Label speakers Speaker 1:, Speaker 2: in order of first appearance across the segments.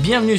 Speaker 1: Bienvenue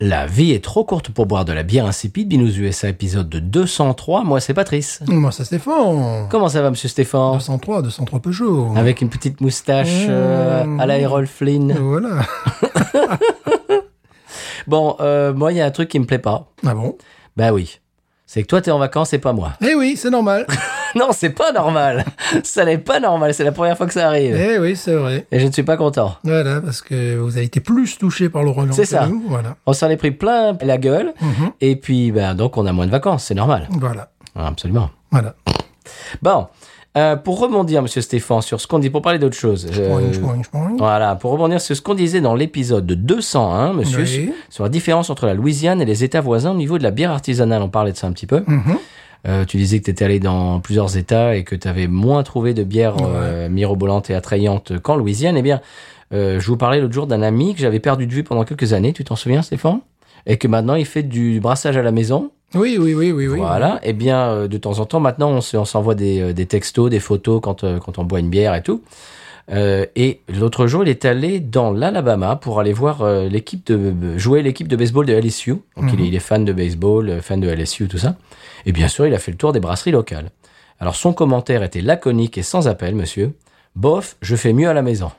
Speaker 1: La vie est trop courte pour boire de la bière insipide. Binous USA épisode de 203. Moi, c'est Patrice.
Speaker 2: Moi, c'est Stéphane.
Speaker 1: Comment ça va, monsieur Stéphane
Speaker 2: 203, 203 Peugeot.
Speaker 1: Avec une petite moustache euh, à l'aérole Flynn.
Speaker 2: Voilà.
Speaker 1: Bon, euh, moi, il y a un truc qui me plaît pas.
Speaker 2: Ah bon
Speaker 1: Ben oui. C'est que toi, t'es en vacances et pas moi.
Speaker 2: Eh oui, c'est normal.
Speaker 1: Non, c'est pas normal. Ça n'est pas normal. C'est la première fois que ça arrive.
Speaker 2: eh oui, c'est vrai.
Speaker 1: Et je ne suis pas content.
Speaker 2: Voilà, parce que vous avez été plus touché par le Roland
Speaker 1: C'est
Speaker 2: que
Speaker 1: ça.
Speaker 2: nous. Voilà. Mhm.
Speaker 1: On s'en est pris plein la gueule. Et puis, ben, donc, on a moins de vacances. C'est normal.
Speaker 2: Voilà.
Speaker 1: Ah, Absolument.
Speaker 2: Voilà.
Speaker 1: Bon. Euh, pour rebondir, monsieur Stéphane, sur ce qu'on dit, pour parler d'autre chose.
Speaker 2: Poing,
Speaker 1: euh,
Speaker 2: poing, poing.
Speaker 1: Voilà, pour rebondir sur ce qu'on disait dans l'épisode 201, monsieur,
Speaker 2: Oui.
Speaker 1: sur la différence entre la Louisiane et les États voisins au niveau de la bière artisanale, on parlait de ça un petit peu.
Speaker 2: Mhm.
Speaker 1: Euh, tu disais que tu étais allé dans plusieurs États et que tu avais moins trouvé de bière euh, mirobolante et attrayante qu'en Louisiane. Eh bien, euh, je vous parlais l'autre jour d'un ami que j'avais perdu de vue pendant quelques années, tu t'en souviens Stéphane Et que maintenant il fait du brassage à la maison.
Speaker 2: Oui, oui, oui, oui, oui.
Speaker 1: voilà. Eh bien, euh, de temps en temps, maintenant, on se- on s'envoie des, euh, des textos, des photos quand, euh, quand on boit une bière et tout. Euh, et l'autre jour, il est allé dans l'Alabama pour aller voir euh, l'équipe de jouer l'équipe de baseball de LSU. Donc,
Speaker 2: Mhm.
Speaker 1: il, est, il est fan de baseball, euh, fan de LSU, tout ça. Et bien sûr, il a fait le tour des brasseries locales. Alors, son commentaire était laconique et sans appel, monsieur. Bof, je fais mieux à la maison.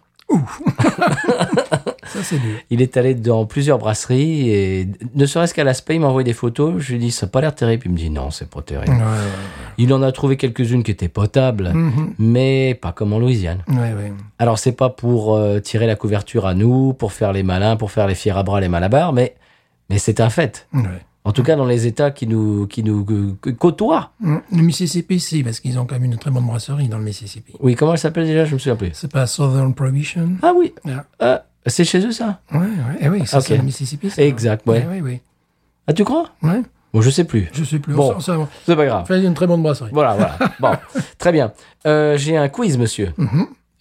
Speaker 2: Ça, c'est dur.
Speaker 1: Il est allé dans plusieurs brasseries et ne serait-ce qu'à l'aspect, il m'a envoyé des photos. Je lui ai dit, ça n'a pas l'air terrible. Il me dit, non, c'est pas terrible.
Speaker 2: Ouais, ouais, Mhm.
Speaker 1: Il en a trouvé quelques-unes qui étaient potables,
Speaker 2: Mm.
Speaker 1: mais pas comme en Louisiane.
Speaker 2: ouais, ouais.
Speaker 1: Alors c'est pas pour euh, tirer la couverture à nous, pour faire les malins, pour faire les fiers à bras, les malabar, mais mais c'est un fait.
Speaker 2: ouais.
Speaker 1: En tout cas dans les États qui nous qui nous euh, côtoient.
Speaker 2: Mm. Le Mississippi, si, parce qu'ils ont quand même une très bonne brasserie dans le Mississippi.
Speaker 1: Oui, comment elle s'appelle déjà Je me souviens plus.
Speaker 2: C'est pas Southern Prohibition
Speaker 1: Ah oui,
Speaker 2: Ah.
Speaker 1: euh, c'est chez eux ça.
Speaker 2: Ouais, ouais. Eh oui, ça,
Speaker 1: Ok.
Speaker 2: c'est le Mississippi. ça.
Speaker 1: Exact, ouais.
Speaker 2: Eh oui, oui.
Speaker 1: Ah tu crois
Speaker 2: Ouais.
Speaker 1: Bon, je sais plus.
Speaker 2: Je sais plus.
Speaker 1: Bon.
Speaker 2: On s'en- on s'en-
Speaker 1: C'est pas grave.
Speaker 2: Enfin, il y a une très bonne brasserie.
Speaker 1: Voilà, voilà. Bon, très bien. Euh, J'ai un quiz, monsieur.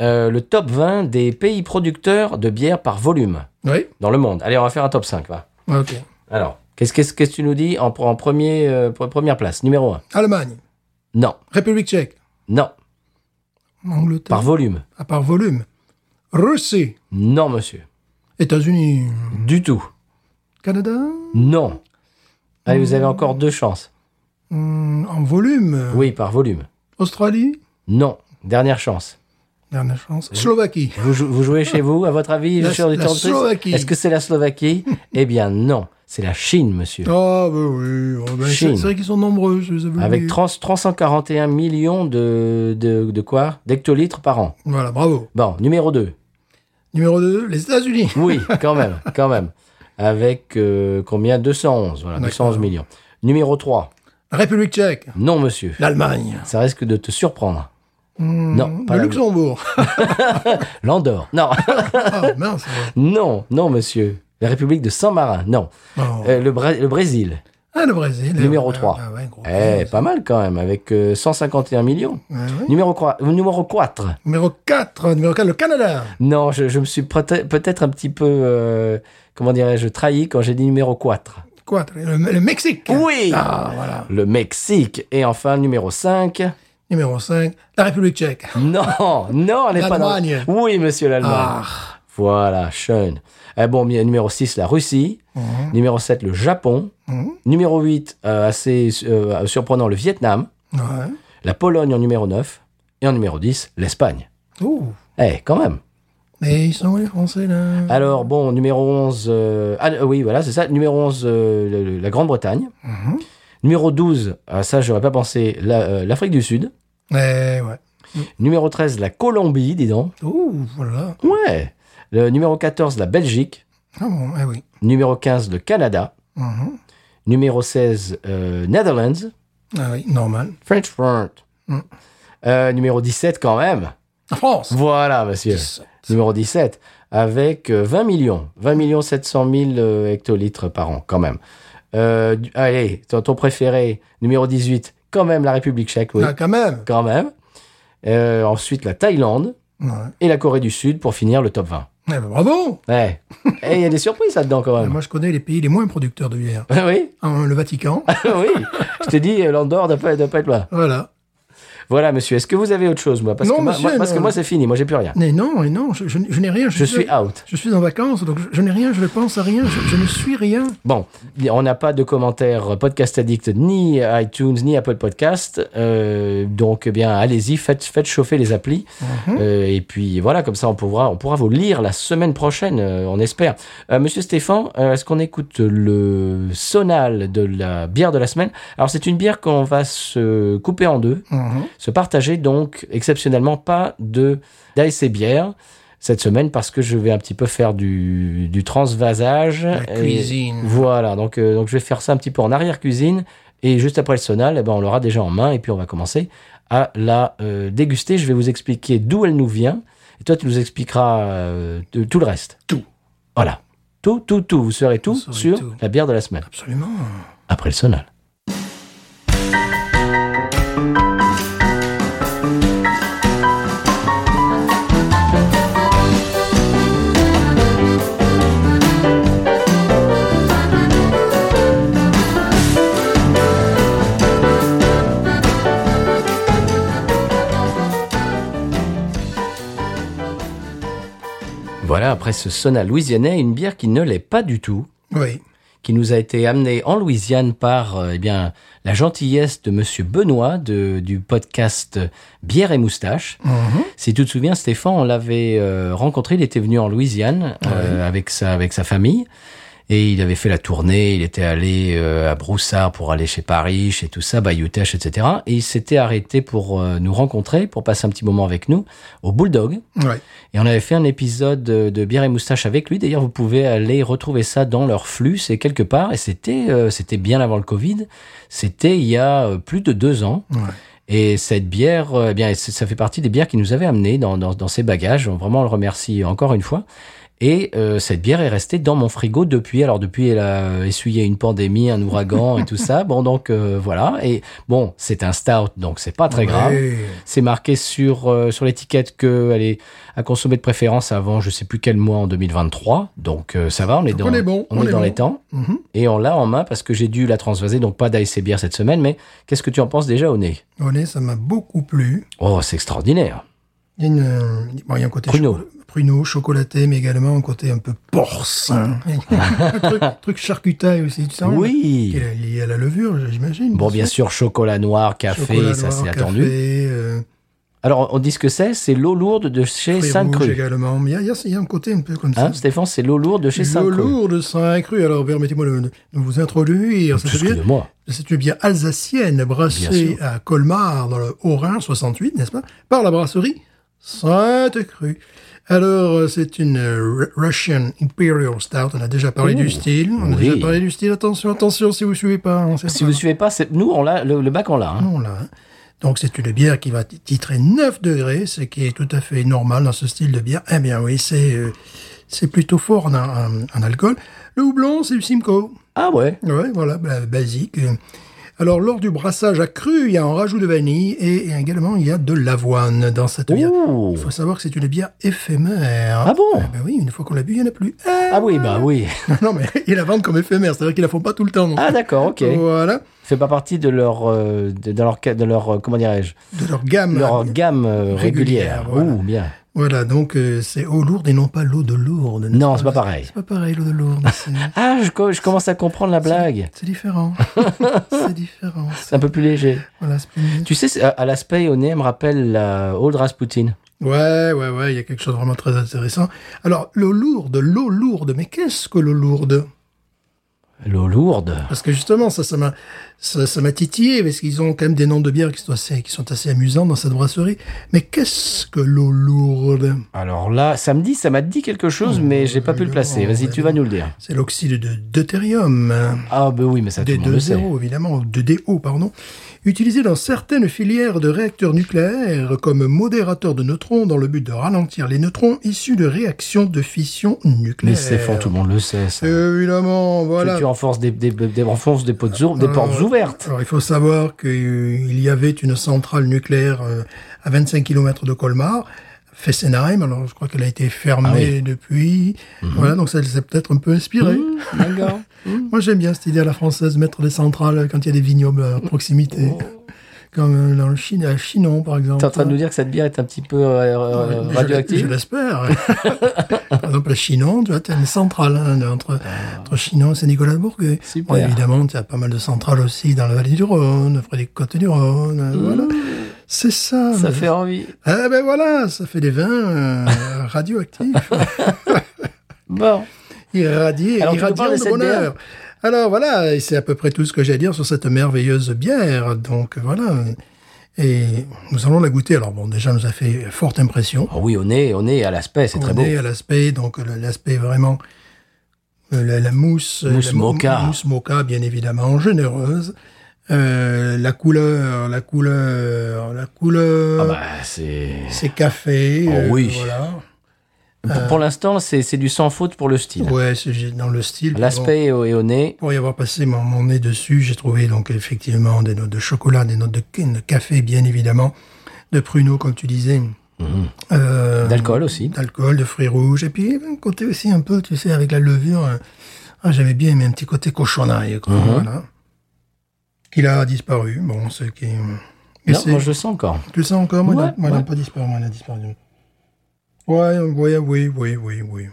Speaker 1: Euh, le top 20 des pays producteurs de bière par volume
Speaker 2: Oui.
Speaker 1: dans le monde. Allez, on va faire un top 5, va.
Speaker 2: Ok.
Speaker 1: Alors, qu'est-ce qu'est-ce- qu'est-ce que tu nous dis en, en premier, euh, pre- première place Numéro 1.
Speaker 2: Allemagne,
Speaker 1: Non,
Speaker 2: République tchèque,
Speaker 1: non.
Speaker 2: Angleterre,
Speaker 1: Par volume
Speaker 2: à part volume, Russie,
Speaker 1: Non, monsieur.
Speaker 2: États-Unis,
Speaker 1: Du tout.
Speaker 2: Canada,
Speaker 1: Non. Allez, vous avez encore deux chances.
Speaker 2: hum, en volume, euh,
Speaker 1: Oui, par volume.
Speaker 2: Australie,
Speaker 1: Non. Dernière chance.
Speaker 2: dernière chance, Slovaquie,
Speaker 1: Vous, jou- vous jouez chez vous, à votre avis,
Speaker 2: La-
Speaker 1: le chien du
Speaker 2: la
Speaker 1: temps de prise
Speaker 2: Slovaquie.
Speaker 1: Est-ce que c'est la Slovaquie Eh bien, non. C'est la Chine, monsieur.
Speaker 2: ah bah oui, oh, bah,
Speaker 1: Chine.
Speaker 2: c'est c'est vrai qu'ils sont nombreux, je les avais
Speaker 1: Avec
Speaker 2: oubliés.
Speaker 1: 30 341 millions de, de, de quoi D'hectolitres par an.
Speaker 2: Voilà, bravo.
Speaker 1: Bon, numéro 2.
Speaker 2: Numéro 2, les États-Unis,
Speaker 1: Oui, quand même, quand même. Avec euh, combien 211, voilà,
Speaker 2: D'accord.
Speaker 1: 211 millions. Numéro 3,
Speaker 2: République tchèque,
Speaker 1: non monsieur.
Speaker 2: l'Allemagne, Hmm,
Speaker 1: Ça risque de te surprendre. non, pas
Speaker 2: le
Speaker 1: la-
Speaker 2: Luxembourg,
Speaker 1: l'Andorre. Non,
Speaker 2: ah mince, ouais.
Speaker 1: non, non monsieur. La République de Saint-Marin, non.
Speaker 2: Bon.
Speaker 1: Euh, le, Bra- le Brésil,
Speaker 2: ah le Brésil,
Speaker 1: numéro
Speaker 2: Ah,
Speaker 1: 3.
Speaker 2: ah ouais, gros.
Speaker 1: eh, pas mal quand même, avec euh, 151 millions.
Speaker 2: Ah ouais.
Speaker 1: Numéro, croi- euh, numéro 4,
Speaker 2: Numéro 4, numéro 4, le Canada,
Speaker 1: non, je, je me suis peut-être peut-être un petit peu, euh, comment dirais-je, trahi quand j'ai dit numéro 4.
Speaker 2: 4, le, le Mexique,
Speaker 1: Oui
Speaker 2: ah voilà,
Speaker 1: Le Mexique. Et enfin, numéro 5,
Speaker 2: numéro 5, la République tchèque,
Speaker 1: Non, non, elle n'est pas dans...
Speaker 2: L'Allemagne.
Speaker 1: Oui, monsieur l'Allemagne. Voilà, Sean. Eh bon, mi- numéro 6, la Russie. Numéro 7, le Japon. Numéro 8, euh, assez euh, surprenant, le Vietnam.
Speaker 2: ouais.
Speaker 1: La Pologne en numéro 9. Et en numéro 10, l'Espagne.
Speaker 2: Ouh.
Speaker 1: Eh, quand même.
Speaker 2: Mais ils sont où les Français là
Speaker 1: Alors, bon, numéro 11... euh, ah, euh, oui, voilà, c'est ça. Numéro 11, euh, le- le- la Grande-Bretagne. Numéro 12, ah, ça, j'aurais pas pensé, la- euh, l'Afrique du Sud.
Speaker 2: Eh ouais.
Speaker 1: Numéro 13, la Colombie, dis donc.
Speaker 2: Ouh, voilà.
Speaker 1: Ouais. Le numéro 14, la Belgique.
Speaker 2: Ah bon, eh oui.
Speaker 1: Numéro 15, le Canada.
Speaker 2: Mhm.
Speaker 1: Numéro 16, euh, Netherlands.
Speaker 2: Ah oui, normal.
Speaker 1: French Front. Euh, numéro 17, quand même.
Speaker 2: La France
Speaker 1: Voilà, monsieur.
Speaker 2: 17.
Speaker 1: Numéro 17, avec euh, 20 millions. 20 millions 700 000 euh, hectolitres par an, quand même. Euh, du- allez, ton, ton préféré, numéro 18, quand même la République tchèque, oui,
Speaker 2: Ah, quand même.
Speaker 1: quand même. Euh, ensuite, la Thaïlande
Speaker 2: Ouais.
Speaker 1: et la Corée du Sud pour finir le top 20.
Speaker 2: Eh ben, bravo.
Speaker 1: Ouais. Et il y a des surprises là-dedans quand même.
Speaker 2: Moi, je connais les pays les moins producteurs de bière.
Speaker 1: oui,
Speaker 2: Hein, le Vatican.
Speaker 1: oui. Je t'ai dit, l'Andorre doit pas, doit pas être loin.
Speaker 2: voilà.
Speaker 1: Voilà, monsieur. Est-ce que vous avez autre chose, moi parce
Speaker 2: Non,
Speaker 1: que moi-
Speaker 2: monsieur,
Speaker 1: moi, parce que
Speaker 2: non.
Speaker 1: moi, c'est fini. Moi, j'ai plus rien.
Speaker 2: Mais non, mais non, je, je- je n'ai rien.
Speaker 1: Je suis out.
Speaker 2: Je suis en vacances, donc je, je n'ai rien, je ne pense à rien, je, je ne suis rien.
Speaker 1: Bon, on n'a pas de commentaires Podcast Addict, ni iTunes, ni Apple Podcast. Euh, donc, eh bien, allez-y, faites, faites chauffer les applis.
Speaker 2: Mhm.
Speaker 1: Euh, et puis, voilà, comme ça, on pourra, on pourra vous lire la semaine prochaine, euh, on espère. Euh, Monsieur Stéphane, euh, est-ce qu'on écoute le sonal de la bière de la semaine Alors, c'est une bière qu'on va se couper en deux,
Speaker 2: Mhm.
Speaker 1: se partager. Donc, exceptionnellement, pas de d'ASC bière cette semaine parce que je vais un petit peu faire du, du transvasage.
Speaker 2: La
Speaker 1: Et-
Speaker 2: cuisine.
Speaker 1: voilà, donc, euh, donc je vais faire ça un petit peu en arrière-cuisine. Et juste après le sonal, eh ben, on l'aura déjà en main. Et puis on va commencer à la euh, déguster. Je vais vous expliquer d'où elle nous vient. Et toi, tu nous expliqueras euh, de- tout le reste.
Speaker 2: Tout.
Speaker 1: Voilà. Tout, tout, tout. Vous saurez tout
Speaker 2: Vous saurez
Speaker 1: sur
Speaker 2: tout.
Speaker 1: la bière de la semaine.
Speaker 2: Absolument.
Speaker 1: Après le sonal. Voilà, après ce sonal louisianais, une bière qui ne l'est pas du tout
Speaker 2: Oui.
Speaker 1: qui nous a été amené en Louisiane par euh, eh bien la gentillesse de Monsieur Benoît de, du podcast Bière et Moustache.
Speaker 2: Mhm.
Speaker 1: Si tu te souviens, Stéphane, on l'avait euh, rencontré. Il était venu en Louisiane euh, avec sa avec sa famille et il avait fait la tournée. Il était allé euh, à Broussard pour aller chez Paris, chez tout ça, Bayou Teche, etc. Et il s'était arrêté pour euh, nous rencontrer, pour passer un petit moment avec nous au Bulldog.
Speaker 2: Mhm. Ouais.
Speaker 1: Et on avait fait un épisode de de Bière et Moustache avec lui. D'ailleurs, vous pouvez aller retrouver ça dans leur flux, c'est quelque part. Et c'était, euh, c'était bien avant le Covid. C'était il y a euh, plus de deux ans.
Speaker 2: Ouais.
Speaker 1: Et cette bière, euh, eh bien, c- ça fait partie des bières qui nous avait amenés dans, dans, dans ses bagages. On- Vraiment, on le remercie encore une fois. Et euh, cette bière est restée dans mon frigo depuis. Alors depuis, elle a euh, essuyé une pandémie, un ouragan et tout ça. Bon, donc euh, voilà. Et bon, c'est un stout, donc c'est pas très grave.
Speaker 2: Ouais.
Speaker 1: C'est marqué sur, euh, sur l'étiquette qu'elle est à consommer de préférence avant je sais plus quel mois en 2023. Donc euh, ça va, on est
Speaker 2: Donc,
Speaker 1: dans,
Speaker 2: on est bon, on
Speaker 1: est
Speaker 2: est
Speaker 1: dans
Speaker 2: bon.
Speaker 1: les temps.
Speaker 2: Mhm.
Speaker 1: Et on l'a en main parce que j'ai dû la transvaser, donc pas d'ASC bière cette semaine. Mais qu'est-ce que tu en penses déjà au nez
Speaker 2: Au nez, ça m'a beaucoup plu.
Speaker 1: Oh, c'est extraordinaire.
Speaker 2: Il y a, une, bon, il y a un côté
Speaker 1: Pruneau.
Speaker 2: chocolat- pruneau, chocolaté, mais également un côté un peu porcin. un truc, truc charcutaille aussi, tu sais.
Speaker 1: oui.
Speaker 2: Il est lié à la levure, j'imagine.
Speaker 1: Bon, bien sûr, chocolat noir, café,
Speaker 2: Chocolat
Speaker 1: ça
Speaker 2: noir,
Speaker 1: c'est
Speaker 2: café,
Speaker 1: attendu.
Speaker 2: euh,
Speaker 1: Alors on dit ce que c'est, c'est l'eau lourde de chez
Speaker 2: fruits rouges
Speaker 1: Sainte-Crue.
Speaker 2: également. Mais Il y, a- il y a- il y a un côté un peu comme
Speaker 1: Hein,
Speaker 2: ça.
Speaker 1: Stéphane, c'est l'eau lourde de chez
Speaker 2: Le
Speaker 1: Sainte-Crue.
Speaker 2: lourd de Saint-Cru. Alors, permettez-moi de, de vous introduire.
Speaker 1: Tout ce que de moi.
Speaker 2: C'est une bière alsacienne
Speaker 1: Bien
Speaker 2: brassée à Colmar dans le Haut-Rhin 68, n'est-ce pas Par la brasserie Sainte-Crue. Alors, euh, c'est une euh, Ru- Russian Imperial Stout. On a déjà parlé
Speaker 1: Ouh,
Speaker 2: du style. On
Speaker 1: Oh,
Speaker 2: a
Speaker 1: oui.
Speaker 2: déjà parlé du style. Attention, attention, si vous suivez pas. hein, c'est
Speaker 1: Si
Speaker 2: pas-
Speaker 1: vous suivez pas, c'est- nous on l'a, le, le bac on l'a. hein.
Speaker 2: non, là, hein. Donc, c'est une bière qui va t- titrer 9 degrés, ce qui est tout à fait normal dans ce style de bière. Eh bien, oui, c'est euh, c'est plutôt fort en, en- en alcool. Le houblon, c'est du Simcoe.
Speaker 1: Ah ouais.
Speaker 2: Ouais, voilà, bah, basique. Alors, lors du brassage à cru, il y a un rajout de vanille et, et également il y a de l'avoine dans cette bière.
Speaker 1: Ouh.
Speaker 2: Il faut savoir que c'est une bière éphémère.
Speaker 1: Oh. Ah bon
Speaker 2: Eh ben oui, une fois qu'on l'a bu, il n'y en a plus.
Speaker 1: Ah oui, bah oui.
Speaker 2: Non, mais ils la vendent comme éphémère, c'est-à-dire qu'ils la font pas tout le temps. non.
Speaker 1: Ah d'accord, ok.
Speaker 2: Voilà,
Speaker 1: Fait pas partie de leur, euh, de, de leur, ca- de leur, euh, comment dirais-je,
Speaker 2: de leur gamme.
Speaker 1: leur gamme euh, régulière.
Speaker 2: Bah, Régulière, voilà.
Speaker 1: Ouh, bien.
Speaker 2: Voilà, donc euh, c'est eau lourde et non pas l'eau de lourde. n'est-ce
Speaker 1: Non, c'est pas pareil.
Speaker 2: C'est pas pareil, l'eau de lourde. c'est-
Speaker 1: Ah, je, co- je commence à comprendre la blague.
Speaker 2: C'est différent. c'est différent.
Speaker 1: C'est un peu plus léger.
Speaker 2: Voilà, c'est plus-
Speaker 1: Tu sais, c'est- à, à l'aspect, au nez, elle me rappelle la Old Rasputin.
Speaker 2: Ouais, ouais, ouais, il y a quelque chose de vraiment très intéressant. Alors, l'eau lourde, l'eau lourde, mais qu'est-ce que l'eau lourde
Speaker 1: L'eau lourde.
Speaker 2: Parce que justement, ça, ça m'a, ça, ça m'a titillé, parce qu'ils ont quand même des noms de bières qui sont assez, qui sont assez amusants dans cette brasserie. Mais qu'est-ce que l'eau lourde
Speaker 1: Alors là, samedi, ça m'a dit quelque chose, mais j'ai pas pu le
Speaker 2: Oh,
Speaker 1: placer. Vas-y, tu vas nous le dire.
Speaker 2: C'est l'oxyde de deutérium. hein.
Speaker 1: Ah, bah oui, mais ça, tout le monde le sait.
Speaker 2: D2O, évidemment, ou 2DO, pardon. utilisé dans certaines filières de réacteurs nucléaires comme modérateur de neutrons dans le but de ralentir les neutrons issus de réactions de fission
Speaker 1: Mais
Speaker 2: nucléaire.
Speaker 1: c'est fort, tout le monde le sait, ça.
Speaker 2: Évidemment, Euh, voilà. Euh,
Speaker 1: Tu, tu enfonces des, des, des- enfonces des, potes our- des
Speaker 2: Alors,
Speaker 1: portes ouvertes.
Speaker 2: Alors, il faut savoir qu'il y avait une centrale nucléaire euh, à 25 km de Colmar, Fessenheim. Alors, je crois qu'elle a été fermée
Speaker 1: Ah oui. Mhm.
Speaker 2: depuis. Voilà, donc ça s'est peut-être un peu inspiré.
Speaker 1: D'accord.
Speaker 2: Moi, j'aime bien cette idée à la française, mettre des centrales quand il y a des vignobles à proximité. Comme euh, dans le Chine, à Chinon, par exemple.
Speaker 1: Oh. T'es en train de nous dire que cette bière est un petit peu euh, euh,
Speaker 2: Je l'ai- Je
Speaker 1: radioactive
Speaker 2: l'espère. Par exemple, à Chinon, tu vois, tu as une centrale hein, entre, entre Chinon et Saint-Nicolas-de-Bourg.
Speaker 1: Ah. Super.
Speaker 2: évidemment, tu as pas mal de centrales aussi dans la vallée du Rhône, près des côtes du Rhône. euh, Voilà. C'est ça.
Speaker 1: Mmh. Ça fait envie.
Speaker 2: Eh ben voilà, ça fait des vins euh, radioactifs.
Speaker 1: Bon.
Speaker 2: irradié,
Speaker 1: Alors, tu nous
Speaker 2: irradiant
Speaker 1: parles de
Speaker 2: de
Speaker 1: cette
Speaker 2: bonheur. Alors voilà, et c'est à peu près tout ce que j'ai à dire sur cette merveilleuse bière. Donc voilà. Et nous allons la goûter. Alors bon, déjà, elle nous a fait forte impression.
Speaker 1: Ah oui, on est, on est à l'aspect, c'est
Speaker 2: On
Speaker 1: très beau.
Speaker 2: est à l'aspect, donc le- l'aspect vraiment. euh, La, la mousse,
Speaker 1: Mousse
Speaker 2: la mou-
Speaker 1: mocha.
Speaker 2: mousse mocha, bien évidemment, généreuse. Euh, la couleur, la couleur, la couleur,
Speaker 1: Ah bah, c'est...
Speaker 2: c'est café.
Speaker 1: Oh
Speaker 2: euh,
Speaker 1: oui.
Speaker 2: Voilà.
Speaker 1: Pour, pour l'instant, c'est c'est du sans faute pour le style.
Speaker 2: euh, Ouais, c'est j'ai- dans le style. bon,
Speaker 1: L'aspect est au- est au nez.
Speaker 2: pour y avoir passé mon, mon nez dessus, j'ai trouvé donc effectivement des notes de chocolat, des notes de, de café, bien évidemment, de pruneaux, comme tu disais. Euh,
Speaker 1: Mhm. D'alcool aussi.
Speaker 2: d'alcool, de fruits rouges, et puis un côté aussi un peu, tu sais, avec la levure. hein. Ah, J'avais bien aimé un petit côté cochonaille, quoi,
Speaker 1: Mhm.
Speaker 2: voilà. Qu'il a disparu, bon, ce qui est... Mais
Speaker 1: Non,
Speaker 2: c'est-
Speaker 1: moi, je le sens encore.
Speaker 2: Tu le sens encore Moi,
Speaker 1: Ouais,
Speaker 2: non, moi,
Speaker 1: ouais.
Speaker 2: non, pas disparu, moi, il a disparu. Ouais, ouais, oui, oui, oui, oui.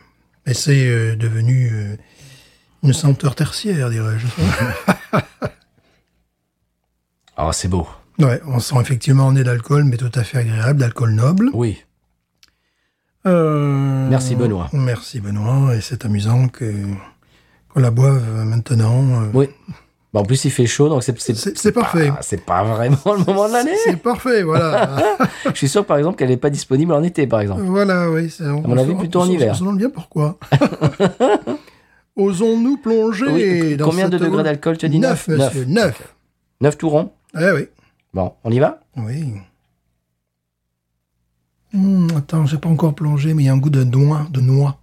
Speaker 2: Mais c'est euh, devenu euh, une senteur tertiaire, dirais-je.
Speaker 1: Ah, c'est beau.
Speaker 2: ouais, on sent effectivement un nez d'alcool, mais tout à fait agréable, d'alcool noble.
Speaker 1: Oui.
Speaker 2: Euh,
Speaker 1: Merci, Benoît.
Speaker 2: Merci Benoît, et c'est amusant que qu'on la boive maintenant. Euh,
Speaker 1: Oui. Bah, en plus, il fait chaud, donc c'est... c'est-
Speaker 2: C'est c'est parfait.
Speaker 1: Ah, c'est pas vraiment le moment de l'année.
Speaker 2: C'est parfait, voilà.
Speaker 1: Je suis sûr, par exemple, qu'elle n'est pas disponible en été, par exemple.
Speaker 2: voilà, oui. c'est- on-
Speaker 1: À mon avis,
Speaker 2: on-
Speaker 1: plutôt
Speaker 2: on-
Speaker 1: en
Speaker 2: on-
Speaker 1: hiver.
Speaker 2: On se demande bien pourquoi. Osons-nous plonger
Speaker 1: Oui,
Speaker 2: dans
Speaker 1: combien de
Speaker 2: cette-
Speaker 1: degrés d'alcool, tu as dit
Speaker 2: Neuf,
Speaker 1: neuf
Speaker 2: monsieur, neuf.
Speaker 1: Neuf tout rond.
Speaker 2: Eh oui.
Speaker 1: Bon, on y va
Speaker 2: Oui. Hum, attends, j'ai pas encore plongé, mais il y a un goût de noix, de noix.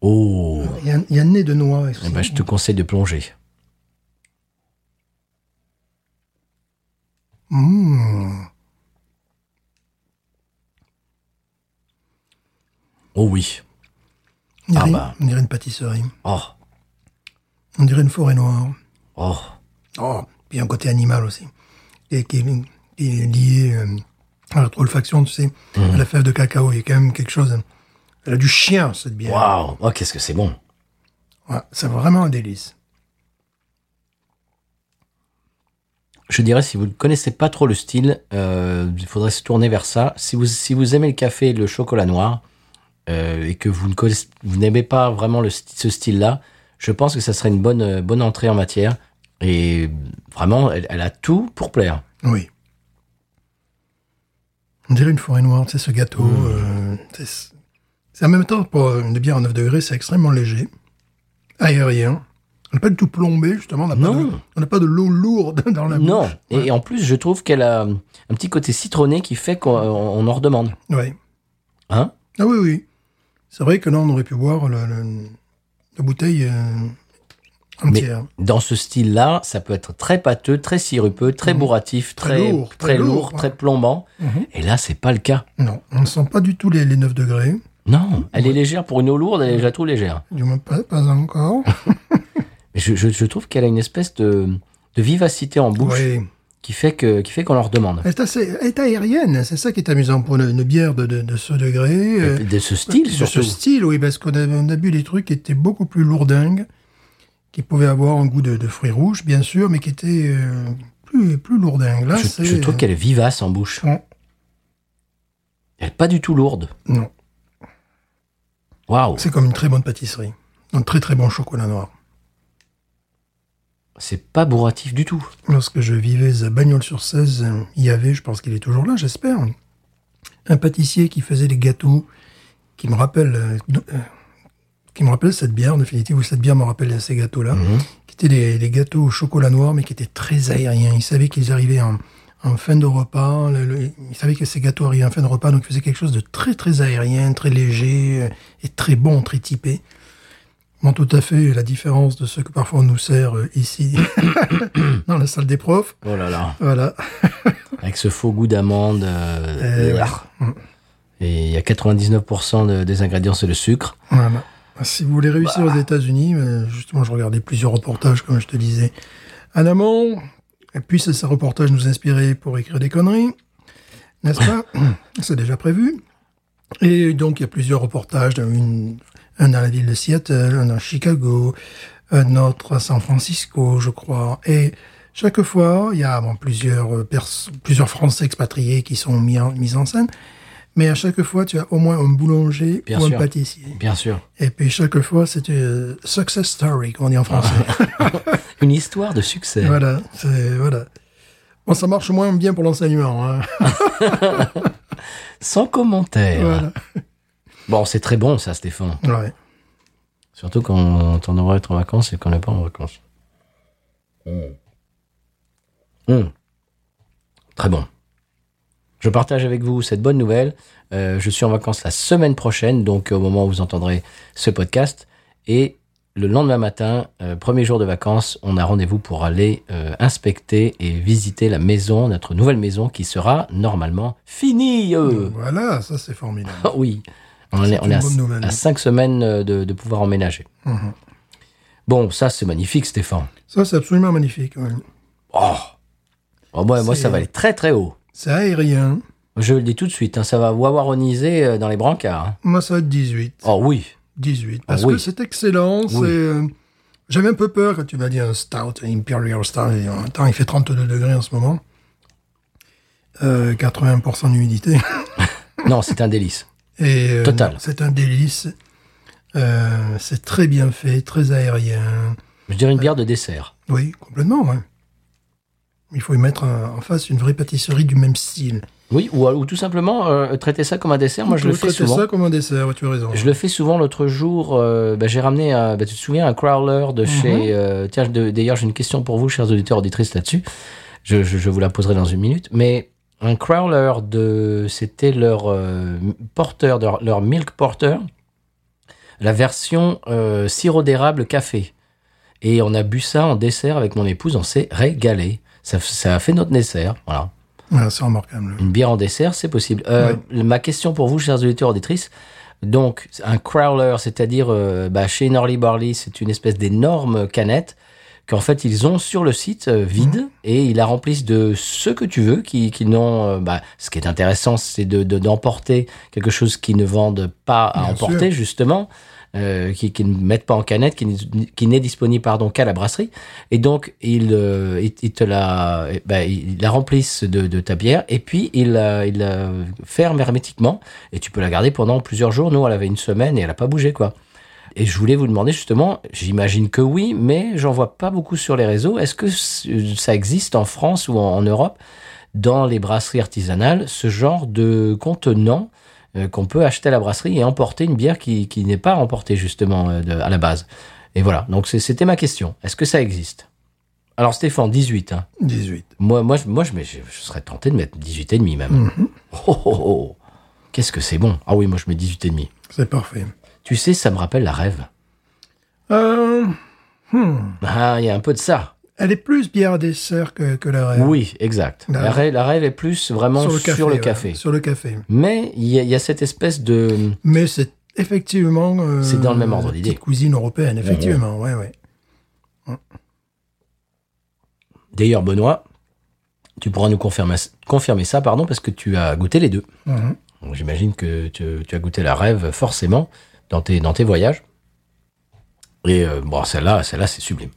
Speaker 1: Oh
Speaker 2: Il y a, il y a un nez de noix. aussi.
Speaker 1: Eh ben, Je te conseille de plonger.
Speaker 2: Hum.
Speaker 1: Oh oui.
Speaker 2: On dirait-
Speaker 1: Ah bah.
Speaker 2: on dirait une pâtisserie.
Speaker 1: Oh,
Speaker 2: On dirait une forêt noire.
Speaker 1: oh.
Speaker 2: Oh, puis un côté animal aussi, et qui, est- qui est lié euh, à la olfaction, tu sais,
Speaker 1: Mhm.
Speaker 2: à la fève de cacao. Il y a quand même quelque chose. Elle a du chien, cette bière.
Speaker 1: Waouh Oh, qu'est-ce que c'est bon
Speaker 2: Ouais, c'est vraiment un délice.
Speaker 1: Je dirais, si vous ne connaissez pas trop le style, euh, il faudrait se tourner vers ça. Si vous, si vous aimez le café et le chocolat noir, euh, et que vous ne connaissez- vous n'aimez pas vraiment le, sty- ce style-là, je pense que ça serait une bonne, euh, bonne entrée en matière. Et vraiment, elle, elle a tout pour plaire.
Speaker 2: Oui. On dirait une forêt noire, tu sais, ce gâteau.
Speaker 1: Mhm.
Speaker 2: euh, c'est c'est en même temps, pour une bière à 9 degrés, c'est extrêmement léger, aérien. On n'est pas du tout plombé, justement. On n'a pas
Speaker 1: Non.
Speaker 2: de- on n'a pas de l'eau lourde dans la
Speaker 1: Non,
Speaker 2: bouche.
Speaker 1: et, et en plus, je trouve qu'elle a euh, un petit côté citronné qui fait qu'on on en redemande.
Speaker 2: Ouais.
Speaker 1: Hein
Speaker 2: Ah oui, oui. C'est vrai que là, on aurait pu boire le- le- la bouteille euh,
Speaker 1: Mais
Speaker 2: entière.
Speaker 1: dans ce style-là, ça peut être très pâteux, très sirupeux, très bourratif,
Speaker 2: Mmh. Très
Speaker 1: très,
Speaker 2: lourd,
Speaker 1: très,
Speaker 2: très
Speaker 1: lourd,
Speaker 2: lourd, Mmh.
Speaker 1: très plombant. Et là, c'est pas le cas.
Speaker 2: Non, on ne sent pas du tout les, les 9 degrés.
Speaker 1: Non, elle est légère pour une eau lourde, elle est déjà trop légère.
Speaker 2: Du moins, pas, pas encore.
Speaker 1: Mais je, je- je trouve qu'elle a une espèce de, de vivacité en bouche
Speaker 2: oui.
Speaker 1: qui fait que qui fait qu'on en redemande.
Speaker 2: Elle est, assez, elle est aérienne. C'est ça qui est amusant pour une, une bière de, de, de ce degré.
Speaker 1: Et
Speaker 2: euh,
Speaker 1: puis de ce style
Speaker 2: de
Speaker 1: surtout.
Speaker 2: ce style, oui, parce qu'on a, on a bu des trucs qui étaient beaucoup plus lourdingues, qui pouvaient avoir un goût de, de fruits rouges, bien sûr, mais qui étaient euh, plus, plus lourdingues. Là,
Speaker 1: Je,
Speaker 2: c'est- euh,
Speaker 1: je trouve qu'elle est vivace en bouche.
Speaker 2: Ouais.
Speaker 1: Elle est pas du tout lourde.
Speaker 2: Non,
Speaker 1: Waouh,
Speaker 2: c'est comme une très bonne pâtisserie. Un très très bon chocolat noir.
Speaker 1: c'est pas bourratif du tout.
Speaker 2: Lorsque je vivais à Bagnols-sur-Cèze, euh, il y avait, je pense qu'il est toujours là, j'espère, un pâtissier qui faisait des gâteaux qui me rappelle, euh, de- euh, qui me rappelle cette bière, en définitive, ou cette bière me rappelle ces gâteaux-là, qui C'était des, des gâteaux au chocolat noir, mais qui étaient très aériens. Ils savaient qu'ils arrivaient en, en fin de repas. Le- le- ils savaient que ces gâteaux arrivaient en fin de repas, donc ils faisaient quelque chose de très très aérien, très léger euh, et très bon, très typé. Bon, tout à fait la différence de ce que parfois on nous sert euh, ici dans la salle des profs.
Speaker 1: Oh là là.
Speaker 2: Voilà.
Speaker 1: Avec ce faux goût d'amande. euh,
Speaker 2: Euh, ouais.
Speaker 1: ah. Et il y a 99% de- des ingrédients, c'est le sucre.
Speaker 2: Voilà. Bah, Si vous voulez réussir
Speaker 1: Bah.
Speaker 2: aux États-Unis, euh, justement, je regardais plusieurs reportages, comme je te disais, en amont. Et puis, ces ces reportages nous inspiraient pour écrire des conneries, n'est-ce pas C'est déjà prévu. Et donc, il y a plusieurs reportages, dont une- un dans la ville de Seattle, un à Chicago, un autre à San Francisco, je crois. Et chaque fois, il y a bon, plusieurs, euh, perso- plusieurs Français expatriés qui sont mis en, mis en scène. Mais à chaque fois, tu as au moins un boulanger
Speaker 1: Bien
Speaker 2: ou un
Speaker 1: sûr.
Speaker 2: pâtissier.
Speaker 1: Bien sûr.
Speaker 2: Et puis chaque fois, c'est une success story, qu'on dit en français.
Speaker 1: Ah, Une histoire de succès.
Speaker 2: voilà, c'est voilà. Bon, ça marche moins bien pour l'enseignement. hein.
Speaker 1: Sans commentaire.
Speaker 2: Voilà.
Speaker 1: Bon, c'est très bon ça, Stéphane.
Speaker 2: Ouais.
Speaker 1: Surtout quand on aura être en vacances et qu'on n'est pas en vacances. Mmh. Très bon. Je partage avec vous cette bonne nouvelle. Euh, je suis en vacances la semaine prochaine, donc au moment où vous entendrez ce podcast. Et le lendemain matin, euh, premier jour de vacances, on a rendez-vous pour aller euh, inspecter et visiter la maison, notre nouvelle maison qui sera normalement finie. euh.
Speaker 2: Voilà, ça c'est formidable.
Speaker 1: Ah oui, on
Speaker 2: C'est
Speaker 1: est, on
Speaker 2: une
Speaker 1: est à,
Speaker 2: bonne nouvelle.
Speaker 1: à cinq semaines euh, de, de pouvoir emménager.
Speaker 2: Mhm.
Speaker 1: Bon, ça c'est magnifique, Stéphane.
Speaker 2: Ça c'est absolument magnifique. ouais.
Speaker 1: Oh, Oh, moi, moi,
Speaker 2: C'est-
Speaker 1: ça va aller très très haut.
Speaker 2: C'est aérien.
Speaker 1: Je le dis tout de suite, hein, ça va wawaroniser euh, dans les brancards. hein.
Speaker 2: Moi ça 18.
Speaker 1: Oh oui,
Speaker 2: 18. Parce
Speaker 1: Ah oui.
Speaker 2: que c'est excellent. c'est, euh, J'avais un peu peur quand tu m'as dit un stout, un Imperial Stout. et en même temps, il fait 32 degrés en ce moment. Euh, 80% d'humidité.
Speaker 1: non, c'est un délice.
Speaker 2: Et, euh,
Speaker 1: Total.
Speaker 2: non, C'est un délice. Euh, c'est très bien fait, très aérien.
Speaker 1: Je dirais une bière de dessert.
Speaker 2: Oui, complètement. ouais. Il faut y mettre euh, en face une vraie pâtisserie du même style.
Speaker 1: Oui, ou, ou tout simplement euh, traiter ça comme un dessert. Moi, je
Speaker 2: Vous
Speaker 1: le fais
Speaker 2: traitez
Speaker 1: souvent.
Speaker 2: ça comme un dessert, ouais, tu as raison.
Speaker 1: Je le fais souvent l'autre jour. euh, bah, j'ai ramené, un, bah, tu te souviens, un crawler de chez. euh, tiens, de- d'ailleurs, j'ai une question pour vous, chers auditeurs, auditrices là-dessus. Je, je- je vous la poserai dans une minute. Mais un crawler de. C'était leur euh, porteur, leur, leur milk porter, la version euh, sirop d'érable café. Et on a bu ça en dessert avec mon épouse, on s'est régalé. Ça, ça a fait notre dessert. Voilà.
Speaker 2: Voilà, Ah, c'est remarquable.
Speaker 1: Une bière en dessert, c'est possible. Euh, Ma question pour vous, chers auditeurs auditrices, donc un crowler, c'est-à-dire euh, bah, chez Norley Barley, c'est une espèce d'énorme canette qu'en fait ils ont sur le site euh, vide et ils la remplissent de ce que tu veux, qui, qui n'ont. euh, bah, ce qui est intéressant, c'est de de- d'emporter quelque chose qu'ils ne vendent pas à
Speaker 2: Bien
Speaker 1: emporter justement. euh, qui, qui ne mettent pas en canette, qui, n'est- qui n'est disponible pardon qu'à la brasserie, et donc ils euh, ils- ils te la, eh ben, ils la remplissent de, de ta bière, et puis ils la ils la ferment hermétiquement, et tu peux la garder pendant plusieurs jours. Nous, on l'avait une semaine et elle n'a pas bougé, quoi. Et je voulais vous demander justement, j'imagine que oui, mais j'en vois pas beaucoup sur les réseaux. Est-ce que c- euh, ça existe en France ou en, en Europe, dans les brasseries artisanales, ce genre de contenant euh, qu'on peut acheter à la brasserie et emporter une bière qui, qui n'est pas emportée justement euh, de- à la base Et voilà, donc c'est- c'était ma question. Est-ce que ça existe Alors Stéphane, 18. hein.
Speaker 2: 18.
Speaker 1: Moi, moi, je- moi je, mets- je, je serais tenté de mettre 18 et demi même. Oh, oh, oh. Qu'est-ce que c'est bon Ah oui, moi je mets 18 et demi.
Speaker 2: C'est parfait.
Speaker 1: Tu sais, ça me rappelle la rêve.
Speaker 2: Euh,
Speaker 1: Ah, il y a un peu de ça.
Speaker 2: elle est plus bière à dessert que, que la rêve.
Speaker 1: Euh, bah Oui, exact.
Speaker 2: Ah.
Speaker 1: La rêve, la rêve est plus vraiment sur le café.
Speaker 2: ouais, sur le café.
Speaker 1: Mais il y, a- il y a cette espèce de...
Speaker 2: Mais c'est effectivement. euh,
Speaker 1: C'est dans le même ordre
Speaker 2: la
Speaker 1: d'idée.
Speaker 2: petite cuisine européenne, effectivement. Ouais, ouais.
Speaker 1: D'ailleurs, Benoît, tu pourras nous confirmer, confirmer ça, pardon, parce que tu as goûté les deux.
Speaker 2: Mhm.
Speaker 1: Donc, J'imagine que tu, tu as goûté la rêve, forcément, dans tes, dans tes voyages. Et euh, bon, celle-là, celle-là, c'est sublime.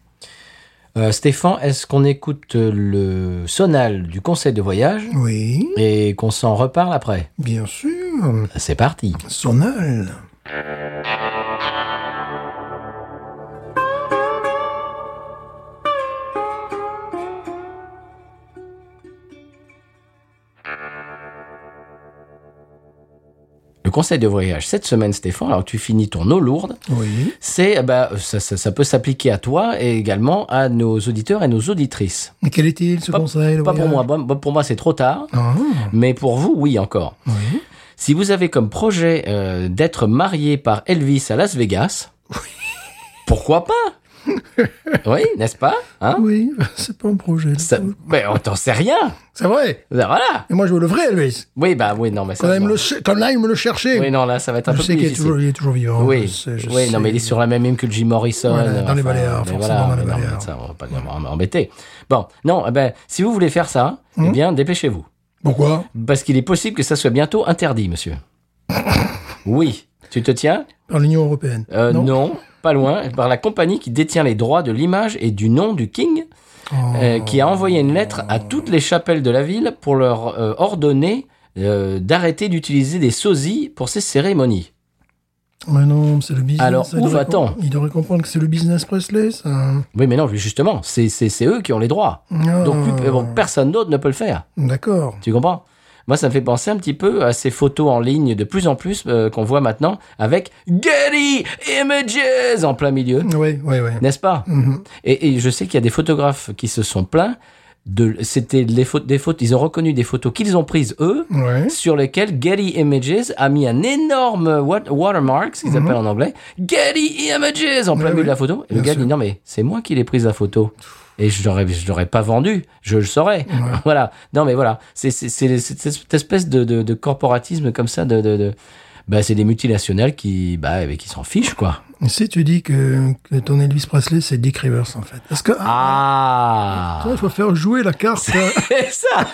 Speaker 1: Euh, Stéphane, est-ce qu'on écoute le sonal du conseil de voyage
Speaker 2: Oui,
Speaker 1: et qu'on s'en reparle après Ben,
Speaker 2: bien sûr.
Speaker 1: C'est parti
Speaker 2: Sonal.
Speaker 1: Le le conseil de voyage cette semaine, Stéphane, alors tu finis ton eau lourde,
Speaker 2: Oui.
Speaker 1: c'est, eh ben, ça, ça- ça peut s'appliquer à toi et également à nos auditeurs et nos auditrices.
Speaker 2: Mais quel est-il, ce conseil le
Speaker 1: Pas pour
Speaker 2: voyage
Speaker 1: moi, bon, bon, pour moi c'est trop tard,
Speaker 2: Ah,
Speaker 1: mais pour vous, oui encore.
Speaker 2: oui.
Speaker 1: Si vous avez comme projet euh, d'être marié par Elvis à Las Vegas, pourquoi pas Oui, n'est-ce pas hein
Speaker 2: Oui, c'est pas un projet.
Speaker 1: Ça- Mais on t'en sait rien.
Speaker 2: C'est vrai.
Speaker 1: Voilà.
Speaker 2: Et moi, je veux le vrai Elvis.
Speaker 1: Oui, bah oui, non, mais
Speaker 2: Quand
Speaker 1: ça.
Speaker 2: là, il me le, ch- quand là, il me le cherchait.
Speaker 1: Oui, non, là, ça va être un
Speaker 2: je
Speaker 1: peu
Speaker 2: sais
Speaker 1: plus
Speaker 2: qu'il est,
Speaker 1: difficile.
Speaker 2: toujours- il est toujours vivant.
Speaker 1: Oui,
Speaker 2: je sais, je
Speaker 1: oui
Speaker 2: sais.
Speaker 1: non, mais il est sur la même ligne que Jim Morrison.
Speaker 2: Voilà, dans les Baléares,
Speaker 1: mais
Speaker 2: forcément, dans les
Speaker 1: mais non, mais
Speaker 2: Baléares.
Speaker 1: ça, on va pas m'embêter. Bon, non, eh ben, si vous voulez faire ça,
Speaker 2: Hum.
Speaker 1: eh bien, dépêchez-vous.
Speaker 2: Pourquoi
Speaker 1: Parce qu'il est possible que ça soit bientôt interdit, monsieur. oui, tu te tiens
Speaker 2: Dans l'Union Européenne.
Speaker 1: Euh, non. pas loin, par la compagnie qui détient les droits de l'image et du nom du King,
Speaker 2: Oh.
Speaker 1: euh, qui a envoyé une lettre à toutes les chapelles de la ville pour leur euh, ordonner euh, d'arrêter d'utiliser des sosies pour ces cérémonies.
Speaker 2: Mais non, c'est le business.
Speaker 1: Alors,
Speaker 2: ça,
Speaker 1: où
Speaker 2: il devrait
Speaker 1: va-t-on
Speaker 2: comp- Il devrait comprendre que c'est le business Presley, ça.
Speaker 1: Oui, mais non, justement, c'est- c'est c'est eux qui ont les droits.
Speaker 2: Ah,
Speaker 1: Donc plus- euh, bon, personne d'autre ne peut le faire.
Speaker 2: D'accord.
Speaker 1: Tu comprends Moi, ça me fait penser un petit peu à ces photos en ligne de plus en plus euh, qu'on voit maintenant avec Getty Images en plein milieu.
Speaker 2: Oui, oui, oui.
Speaker 1: N'est-ce pas et, et je sais qu'il y a des photographes qui se sont plaints de c'était les fautes des fautes ils ont reconnu des photos qu'ils ont prises eux
Speaker 2: Ouais.
Speaker 1: sur lesquelles Getty Images a mis un énorme wa- watermark ce qu'ils appellent en anglais Getty Images en plein
Speaker 2: Mhm. Ouais,
Speaker 1: milieu
Speaker 2: ouais.
Speaker 1: de la photo et le
Speaker 2: Bien
Speaker 1: gars
Speaker 2: sûr.
Speaker 1: dit non mais c'est moi qui l'ai prise la photo et je l'aurais je l'aurais pas vendu je le saurais voilà non mais voilà c'est c'est- c'est c'est cette espèce de, de, de corporatisme comme ça de, de, de- bah, c'est des multinationales qui bah eh, qui s'en fichent quoi
Speaker 2: Si tu dis que, que ton Elvis Presley, c'est Dick Rivers, en fait. Parce que.
Speaker 1: ah
Speaker 2: Toi, il faut faire jouer la carte euh,
Speaker 1: C'est ça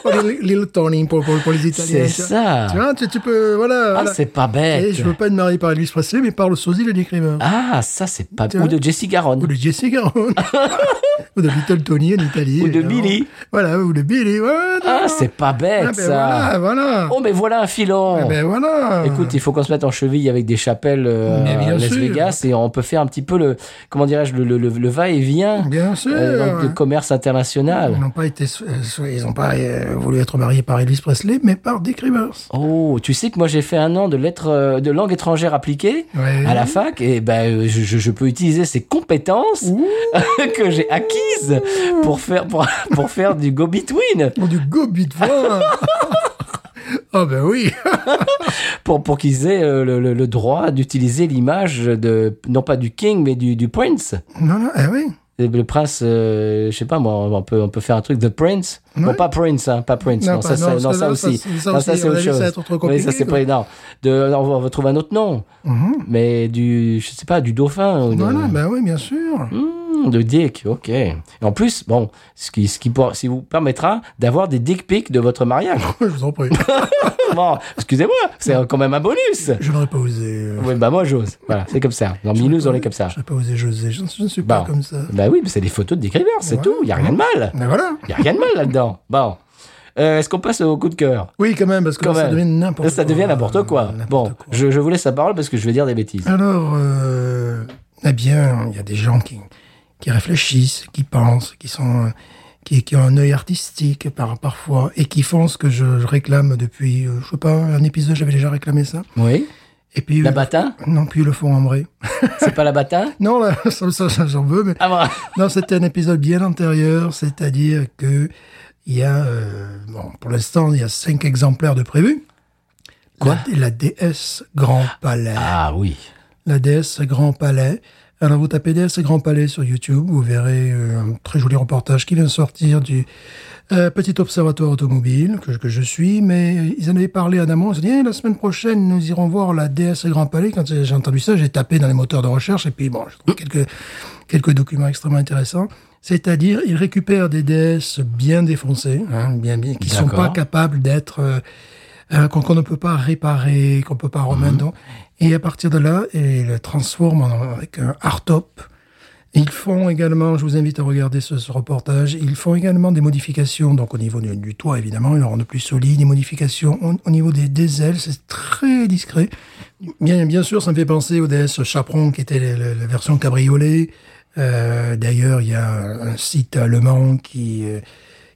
Speaker 2: pour les- Little Oh, Tony pour, pour, pour les Italiens.
Speaker 1: C'est
Speaker 2: tu vois.
Speaker 1: ça
Speaker 2: Tu vois, Hein, tu, tu peux. Voilà.
Speaker 1: Ah,
Speaker 2: voilà.
Speaker 1: c'est pas
Speaker 2: Et
Speaker 1: bête
Speaker 2: je veux pas être marié par Elvis Presley, mais par le sosie de Dick Rivers.
Speaker 1: Ah, ça, c'est pas
Speaker 2: Tu
Speaker 1: bête Ou
Speaker 2: vois
Speaker 1: de Jesse Garonne.
Speaker 2: Ou de Jesse Garonne. ou de Little Tony en Italie.
Speaker 1: Ou de
Speaker 2: évidemment.
Speaker 1: Billy.
Speaker 2: Voilà, ou de Billy. ouais,
Speaker 1: Ah,
Speaker 2: non.
Speaker 1: c'est pas bête,
Speaker 2: Ah, ben
Speaker 1: ça
Speaker 2: Voilà, voilà.
Speaker 1: Oh, mais voilà un filon
Speaker 2: Ah, ben voilà.
Speaker 1: Écoute, il faut qu'on se mette en cheville avec des chapelles euh,
Speaker 2: Mais bien
Speaker 1: à Las
Speaker 2: sûr.
Speaker 1: Vegas et on peut faire un petit peu le, comment dirais-je, le, le- le- le va-et-vient
Speaker 2: Bien sûr.
Speaker 1: euh, dans le commerce international.
Speaker 2: Ils n'ont pas été, sou- euh, sou- ils n'ont pas euh, voulu être mariés par Elvis Presley, mais par Dick Rivers.
Speaker 1: Oh, tu sais que moi j'ai fait un an de lettres euh, de langue étrangère appliquée
Speaker 2: Ouais.
Speaker 1: à la fac et ben euh, je, je- je peux utiliser ces compétences que j'ai acquises pour faire pour, pour faire du go between
Speaker 2: Bon, du go bit Ah oh, ben oui.
Speaker 1: pour pour qu'ils aient euh, le, le- le droit d'utiliser l'image de non pas du king mais du, du prince
Speaker 2: Non, non, eh oui.
Speaker 1: le le prince euh, je sais pas moi on peut on peut faire un truc the prince bon
Speaker 2: Ouais.
Speaker 1: pas prince hein, pas prince non,
Speaker 2: Non,
Speaker 1: ça,
Speaker 2: pas-
Speaker 1: ça-
Speaker 2: non,
Speaker 1: non,
Speaker 2: ça-
Speaker 1: ça
Speaker 2: non,
Speaker 1: aussi
Speaker 2: ça- ça
Speaker 1: Non,
Speaker 2: aussi,
Speaker 1: ça c'est
Speaker 2: à
Speaker 1: autre
Speaker 2: mon avis, ça
Speaker 1: chose
Speaker 2: va être trop
Speaker 1: Oui, ça
Speaker 2: compliqué,
Speaker 1: c'est
Speaker 2: quoi.
Speaker 1: pas non de on va- on va trouver un autre nom
Speaker 2: Mhm.
Speaker 1: mais du je sais pas du dauphin ou de-
Speaker 2: Voilà, ben oui, bien sûr.
Speaker 1: Hmm, de dick, ok. Et en plus, bon, ce qui, ce qui pour- si vous permettra d'avoir des dick pics de votre mariage.
Speaker 2: Je vous en prie.
Speaker 1: bon, excusez-moi, c'est quand même un bonus.
Speaker 2: Je n'aurais pas osé. euh,
Speaker 1: Oui, bah moi j'ose. Voilà, c'est comme ça. Dans Minous, on est comme ça.
Speaker 2: Je n'aurais pas osé José. Je, je ne suis pas
Speaker 1: Bon.
Speaker 2: comme ça.
Speaker 1: Bah oui, mais c'est des photos de Dick Rivers, c'est
Speaker 2: Ouais.
Speaker 1: tout. Il n'y a rien de mal.
Speaker 2: Mais voilà.
Speaker 1: Il n'y a rien de mal là-dedans. Bon. Euh, Est-ce qu'on passe au coup de cœur
Speaker 2: Oui, quand même, parce que
Speaker 1: Quand
Speaker 2: là, ça
Speaker 1: même.
Speaker 2: devient n'importe quoi.
Speaker 1: Ça devient n'importe quoi.
Speaker 2: N'importe
Speaker 1: Bon,
Speaker 2: quoi.
Speaker 1: Je, je vous laisse la parole parce que je vais dire des bêtises.
Speaker 2: Alors, euh, eh bien, il y a des gens qui, qui réfléchissent, qui pensent, qui sont, euh, qui, qui ont un œil artistique par, parfois, et qui font ce que je, je réclame depuis, euh, je sais pas, un épisode, j'avais déjà réclamé ça.
Speaker 1: Oui.
Speaker 2: Et puis,
Speaker 1: La
Speaker 2: euh,
Speaker 1: batin
Speaker 2: non, puis ils le font en vrai.
Speaker 1: C'est pas la batin
Speaker 2: Non, là, ça, ça, ça, j'en veux, mais
Speaker 1: Ah, voilà.
Speaker 2: non, c'était un épisode bien antérieur, c'est-à-dire que il y a, euh, bon, pour l'instant, il y a cinq exemplaires de prévus.
Speaker 1: Quoi
Speaker 2: la, la déesse Grand Palais.
Speaker 1: Ah oui.
Speaker 2: la déesse Grand Palais. Alors vous tapez déesse Grand Palais sur YouTube, vous verrez euh, un très joli reportage qui vient de sortir du euh, petit observatoire automobile que, je- que je suis, mais ils en avaient parlé à Damon, ils ont dit Eh, la semaine prochaine nous irons voir la déesse Grand Palais. Quand j'ai entendu ça, j'ai tapé dans les moteurs de recherche et puis bon, j'ai trouvé quelques, quelques documents extrêmement intéressants. C'est-à-dire, ils récupèrent des déesses bien défoncées, hein, bien, bien, qui sont
Speaker 1: D'accord.
Speaker 2: pas capables d'être euh, euh, qu'on qu'on ne peut pas réparer, qu'on peut pas remettre. dans. Et à partir de là, ils le transforment en- avec un hardtop. Ils font également, je vous invite à regarder ce, ce reportage, ils font également des modifications, donc au niveau du, du toit évidemment, ils le rendent plus solide, des modifications au, au niveau des, des ailes, c'est très discret. Bien, bien sûr, ça me fait penser au DS Chaperon qui était le- le- la version cabriolet. Euh, D'ailleurs, il y a un site allemand qui... euh,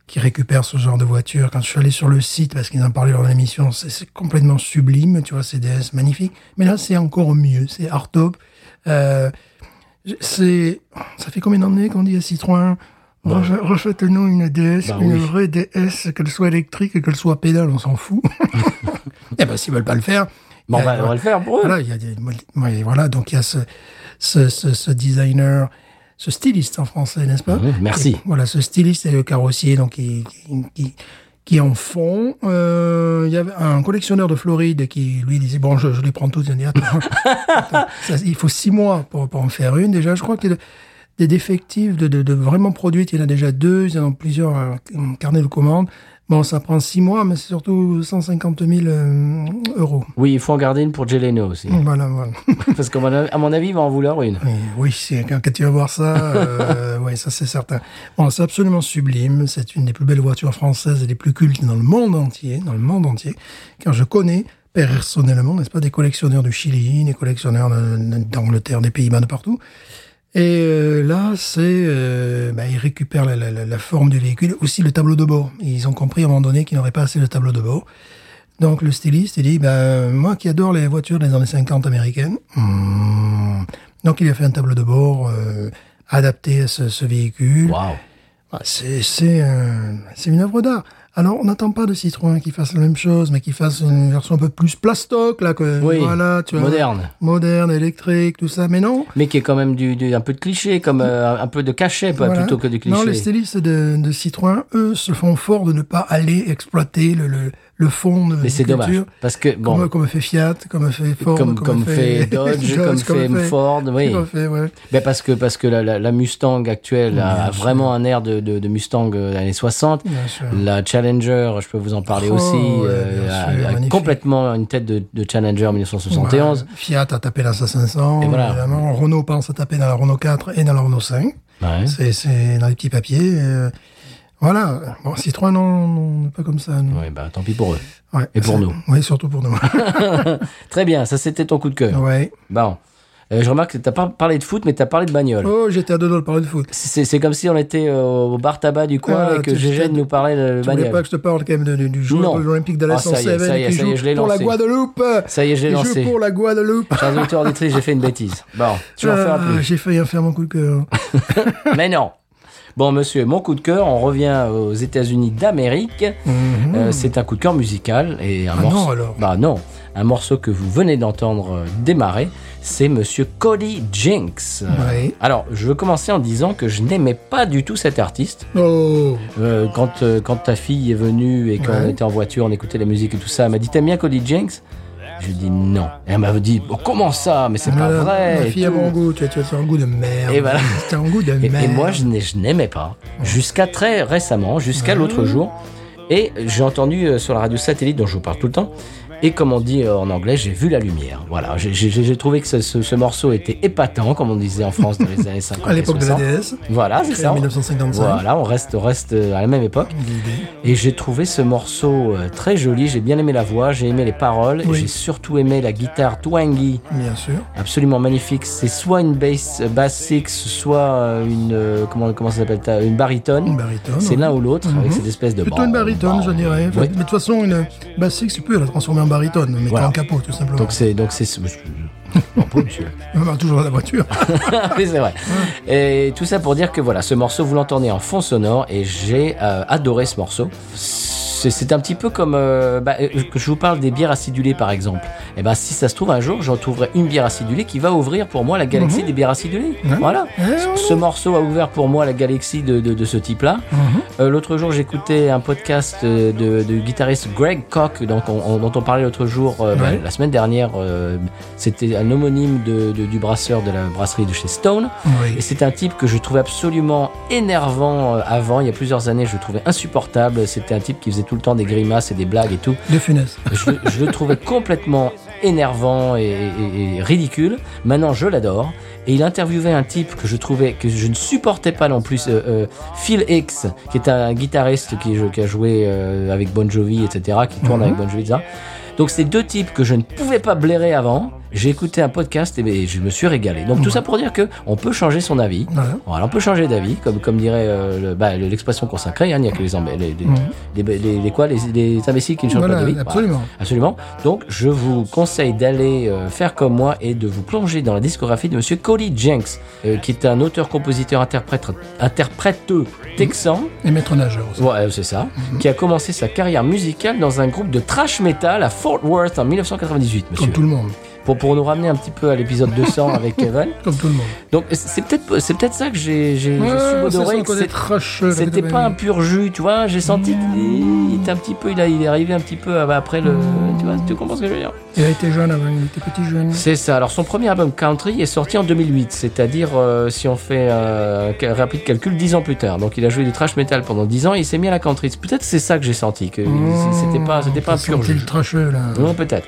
Speaker 2: qui récupèrent ce genre de voiture. Quand je suis allé sur le site, parce qu'ils en parlaient lors de l'émission, c'est- c'est complètement sublime, tu vois, c'est des S magnifiques. Mais là, c'est encore mieux, c'est hard top. Euh, c'est, ça fait combien d'années qu'on dit à Citroën Refa- Refaites-nous une DS,
Speaker 1: Bah
Speaker 2: une
Speaker 1: oui.
Speaker 2: vraie DS, qu'elle soit électrique, qu'elle soit pédale, on s'en fout. Eh ben, s'ils veulent pas le faire,
Speaker 1: Mais on
Speaker 2: il y a-
Speaker 1: va, on va le faire pour eux.
Speaker 2: voilà, il y a des, ouais, voilà, donc il y a ce, ce, ce, ce designer, ce styliste en français, n'est-ce pas
Speaker 1: Mhm, merci.
Speaker 2: Et, Voilà, ce styliste et le carrossier, donc qui, qui, qui, qui en font. Euh, Il y avait un collectionneur de Floride qui lui disait bon, je, je les prends toutes. Il a dit, attends, attends, ça, il faut six mois pour, pour en faire une. Déjà, je crois que des défectifs de, de, de vraiment produites, il y en a déjà deux, ils en ont plusieurs euh, un carnet de commandes. Bon, ça prend six mois, mais c'est surtout 150 000 euh, euros.
Speaker 1: Oui, il faut en garder une pour Jeleno aussi.
Speaker 2: Voilà, voilà.
Speaker 1: Parce qu'à mon avis- à mon avis, il va en vouloir une.
Speaker 2: Oui, Oui, c'est- quand, quand tu vas voir ça, euh, ouais, ça c'est certain. Bon, c'est absolument sublime. C'est une des plus belles voitures françaises et des plus cultes dans le monde entier, dans le monde entier. Car je connais personnellement, n'est-ce pas, des collectionneurs du Chili, des collectionneurs de- de- d'Angleterre, des Pays-Bas, de partout. Et euh, là, c'est, euh, bah, ils récupèrent la, la- la- la forme du véhicule, aussi le tableau de bord. Ils ont compris à un moment donné qu'ils n'auraient pas assez de tableau de bord. Donc le styliste, il dit, ben, moi qui adore les voitures des années 50 américaines, hmm. donc il a fait un tableau de bord euh, adapté à ce, ce véhicule.
Speaker 1: Waouh.
Speaker 2: Ah, C'est c'est un- c'est une œuvre d'art. Alors on n'attend pas de Citroën qui fasse la même chose, mais qui fasse une version un peu plus plastoc, là, que,
Speaker 1: Oui,
Speaker 2: voilà, tu vois,
Speaker 1: moderne.
Speaker 2: moderne, électrique, tout ça, mais non.
Speaker 1: Mais qui est quand même du, du- un peu de cliché, comme euh, un peu de cachet pas-
Speaker 2: Voilà.
Speaker 1: plutôt que du cliché.
Speaker 2: Non, les stylistes de, de Citroën, eux, se font fort de ne pas aller exploiter le, le, le fond de
Speaker 1: Mais
Speaker 2: de
Speaker 1: c'est
Speaker 2: culture.
Speaker 1: dommage. Parce que, bon,
Speaker 2: Comme, comme fait Fiat, comme fait Ford,
Speaker 1: comme, comme fait Dodge, comme fait Ford, oui.
Speaker 2: Comme fait, ouais.
Speaker 1: Ben parce que parce que la, la, la Mustang actuelle a
Speaker 2: Bien sûr.
Speaker 1: vraiment un air de, de, de Mustang euh, années 60.
Speaker 2: Bien sûr.
Speaker 1: La Challenger, je peux vous en parler
Speaker 2: Oh,
Speaker 1: aussi,
Speaker 2: ouais,
Speaker 1: euh,
Speaker 2: bien
Speaker 1: a-
Speaker 2: sûr,
Speaker 1: a
Speaker 2: magnifique.
Speaker 1: complètement une tête de, de Challenger 1971.
Speaker 2: Ouais. bah, Fiat a tapé dans sa 500,
Speaker 1: Et voilà.
Speaker 2: évidemment. Renault pense à taper dans la Renault 4 et dans la Renault 5.
Speaker 1: Ouais.
Speaker 2: C'est- C'est dans les petits papiers. euh, voilà. Bon, Citroën, non, non, pas comme ça. non.
Speaker 1: Ouais, bah, tant pis pour eux.
Speaker 2: Ouais.
Speaker 1: Et pour
Speaker 2: C'est-
Speaker 1: nous.
Speaker 2: Oui, surtout pour nous.
Speaker 1: Très bien, ça c'était ton coup de cœur.
Speaker 2: ouais.
Speaker 1: Bon, Euh, je remarque que t'as pas parlé de foot, mais t'as parlé de bagnole.
Speaker 2: Oh, j'étais à deux doigts de parler de foot.
Speaker 1: C'est c'est comme si on était euh, au bar tabac du coin
Speaker 2: Ah,
Speaker 1: et que
Speaker 2: tu-
Speaker 1: Gégène
Speaker 2: tu-
Speaker 1: nous parlait de
Speaker 2: Tu voulais
Speaker 1: bagnole.
Speaker 2: pas que je te parle quand même de- du, du
Speaker 1: Non.
Speaker 2: joueur de l'Olympique d'Alès
Speaker 1: Ah, ça y est, ça y est,
Speaker 2: qui
Speaker 1: ça y est,
Speaker 2: joue
Speaker 1: je l'ai
Speaker 2: pour la
Speaker 1: lancé.
Speaker 2: Guadeloupe.
Speaker 1: Ça y est, j'ai
Speaker 2: Il joue
Speaker 1: lancé.
Speaker 2: pour la Guadeloupe.
Speaker 1: Chers auditeurs auditrices, j'ai fait une bêtise. Bon, tu en
Speaker 2: Ah,
Speaker 1: feras plus.
Speaker 2: J'ai failli en faire mon coup de cœur.
Speaker 1: Mais non. Bon, monsieur, mon coup de cœur, on revient aux États-Unis d'Amérique. Euh, c'est un coup de cœur musical et un
Speaker 2: Mhm. Ah
Speaker 1: morceau.
Speaker 2: non, alors.
Speaker 1: Bah non, un morceau que vous venez d'entendre euh, démarrer, c'est monsieur Cody Jinks.
Speaker 2: Ouais.
Speaker 1: Alors, je veux commencer en disant que je n'aimais pas du tout cet artiste.
Speaker 2: Oh,
Speaker 1: Euh, quand, euh, quand ta fille est venue et qu'on
Speaker 2: Ouais.
Speaker 1: était en voiture, on écoutait la musique et tout ça, elle m'a dit T'aimes bien Cody Jinks Je dis non. Et elle m'a dit Bon, Comment ça Mais c'est pas
Speaker 2: ma-
Speaker 1: vrai.
Speaker 2: Ah Ma
Speaker 1: et
Speaker 2: fille a
Speaker 1: tout.
Speaker 2: bon goût. Tu as, tu as un goût de merde.
Speaker 1: Et voilà.
Speaker 2: Tu as un goût de
Speaker 1: Et, et
Speaker 2: merde. Ah.
Speaker 1: moi, je n'ai- je n'aimais pas. Jusqu'à très récemment, jusqu'à l'autre jour. Et j'ai entendu euh, sur la radio satellite, dont je vous parle tout le temps, et comme on dit euh, en anglais, j'ai vu la lumière. Voilà, j'ai- j'ai j'ai trouvé que ce, ce- ce morceau était épatant, comme on disait en France dans les années 50.
Speaker 2: À l'époque
Speaker 1: et
Speaker 2: de la
Speaker 1: 60.
Speaker 2: DS.
Speaker 1: Voilà, Ah, c'est ça.
Speaker 2: En 1955.
Speaker 1: Voilà, on reste, reste euh, à la même époque.
Speaker 2: L'idée.
Speaker 1: Et j'ai trouvé ce morceau euh, très joli. J'ai bien aimé la voix, j'ai aimé les paroles,
Speaker 2: Oui.
Speaker 1: et j'ai surtout aimé la guitare twangy
Speaker 2: Bien sûr.
Speaker 1: absolument magnifique. C'est soit une bass, euh, bass six, soit euh, une euh, comment comment ça s'appelle ta- une
Speaker 2: Une
Speaker 1: baritone.
Speaker 2: baritone.
Speaker 1: C'est l'un ou l'autre avec
Speaker 2: Mhm.
Speaker 1: cette espèce de
Speaker 2: Plutôt une
Speaker 1: ban-
Speaker 2: baritone,
Speaker 1: ban-
Speaker 2: je dirais. Enfin,
Speaker 1: Oui.
Speaker 2: Mais de toute façon, une bassique, tu peux la transformer en baritone. Mais
Speaker 1: Voilà.
Speaker 2: en capot, tout simplement.
Speaker 1: Donc c'est donc c'est Bon, pauvre monsieur.
Speaker 2: On toujours dans la voiture.
Speaker 1: Oui, c'est vrai. Et tout ça pour dire que voilà, ce morceau, vous l'entendez en fond sonore et j'ai euh, adoré ce morceau. C'est c'est un petit peu comme euh, bah, euh, que je vous parle des bières acidulées par exemple. Et ben si ça se trouve un jour, j'en trouverai une bière acidulée qui va ouvrir pour moi la galaxie des bières acidulées. Voilà.
Speaker 2: Hein
Speaker 1: Ce morceau a ouvert pour moi la galaxie de, de- de ce type-là. Euh, l'autre jour, j'écoutais un podcast euh, de, de guitariste Greg Koch, dont on, on- dont on parlait l'autre jour, euh, bah,
Speaker 2: Ouais.
Speaker 1: la semaine dernière. euh, c'était un homonyme de- de- du brasseur de la brasserie de chez Stone. Et
Speaker 2: Oui.
Speaker 1: c'est un type que je trouvais absolument énervant euh, avant. Il y a plusieurs années, je le trouvais insupportable. C'était un type qui faisait tout le temps des grimaces et des blagues et tout.
Speaker 2: De funeste.
Speaker 1: Je, je le trouvais complètement énervant et, et- et ridicule. Maintenant, je l'adore. Et il interviewait un type que je trouvais que je ne supportais pas non plus, euh, euh, Phil Hicks, qui est un guitariste qui, qui a joué euh, avec Bon Jovi, etc., qui tourne
Speaker 2: Mhm.
Speaker 1: avec Bon Jovi, etc. Donc, c'est deux types que je ne pouvais pas blairer avant. j'ai écouté un podcast et ben, je me suis régalé. Donc tout ça pour dire que on peut changer son avis.
Speaker 2: Voilà.
Speaker 1: Voilà, on peut changer d'avis, comme comme dirait euh, le- bah, l'expression consacrée. hein, Il n'y a que les embê- les les, les, les- les quoi, les, les imbéciles qui ne changent
Speaker 2: Mhm. Voilà,
Speaker 1: pas d'avis.
Speaker 2: absolument.
Speaker 1: absolument. Donc je vous conseille d'aller euh, faire comme moi et de vous plonger dans la discographie de Monsieur Cody Jenks, euh, qui est un auteur-compositeur-interprète interprète texan.
Speaker 2: Et maître nageur aussi.
Speaker 1: Ouais, euh, c'est ça.
Speaker 2: Mhm.
Speaker 1: Qui a commencé sa carrière musicale dans un groupe de trash metal à Fort Worth en 1998,
Speaker 2: Comme
Speaker 1: monsieur.
Speaker 2: tout le monde.
Speaker 1: Pour, pour nous ramener un petit peu à l'épisode 200 avec Kevin.
Speaker 2: Comme tout le monde.
Speaker 1: Donc, c'est peut-être c'est peut-être ça que j'ai j'ai- j'ai subodoré. que c'est- C'était pas un pur jus, tu vois. J'ai senti qu'il était un petit peu, il, a- il est arrivé un petit peu euh, bah, après le. Tu vois, tu comprends ce que je veux dire
Speaker 2: Il a été jeune avant, il était petit jeune.
Speaker 1: c'est ça. Alors son premier album Country est sorti en 2008, c'est-à-dire euh, si on fait euh, un ca- rapide calcul, 10 ans plus tard. Donc il a joué du trash metal pendant 10 ans et il s'est mis à la country. Peut-être c'est ça que j'ai senti que
Speaker 2: Mmh,
Speaker 1: c'était pas c'était pas un
Speaker 2: ça
Speaker 1: pur
Speaker 2: sentait
Speaker 1: jeu. Hein
Speaker 2: le tracheux, là.
Speaker 1: Non, peut-être.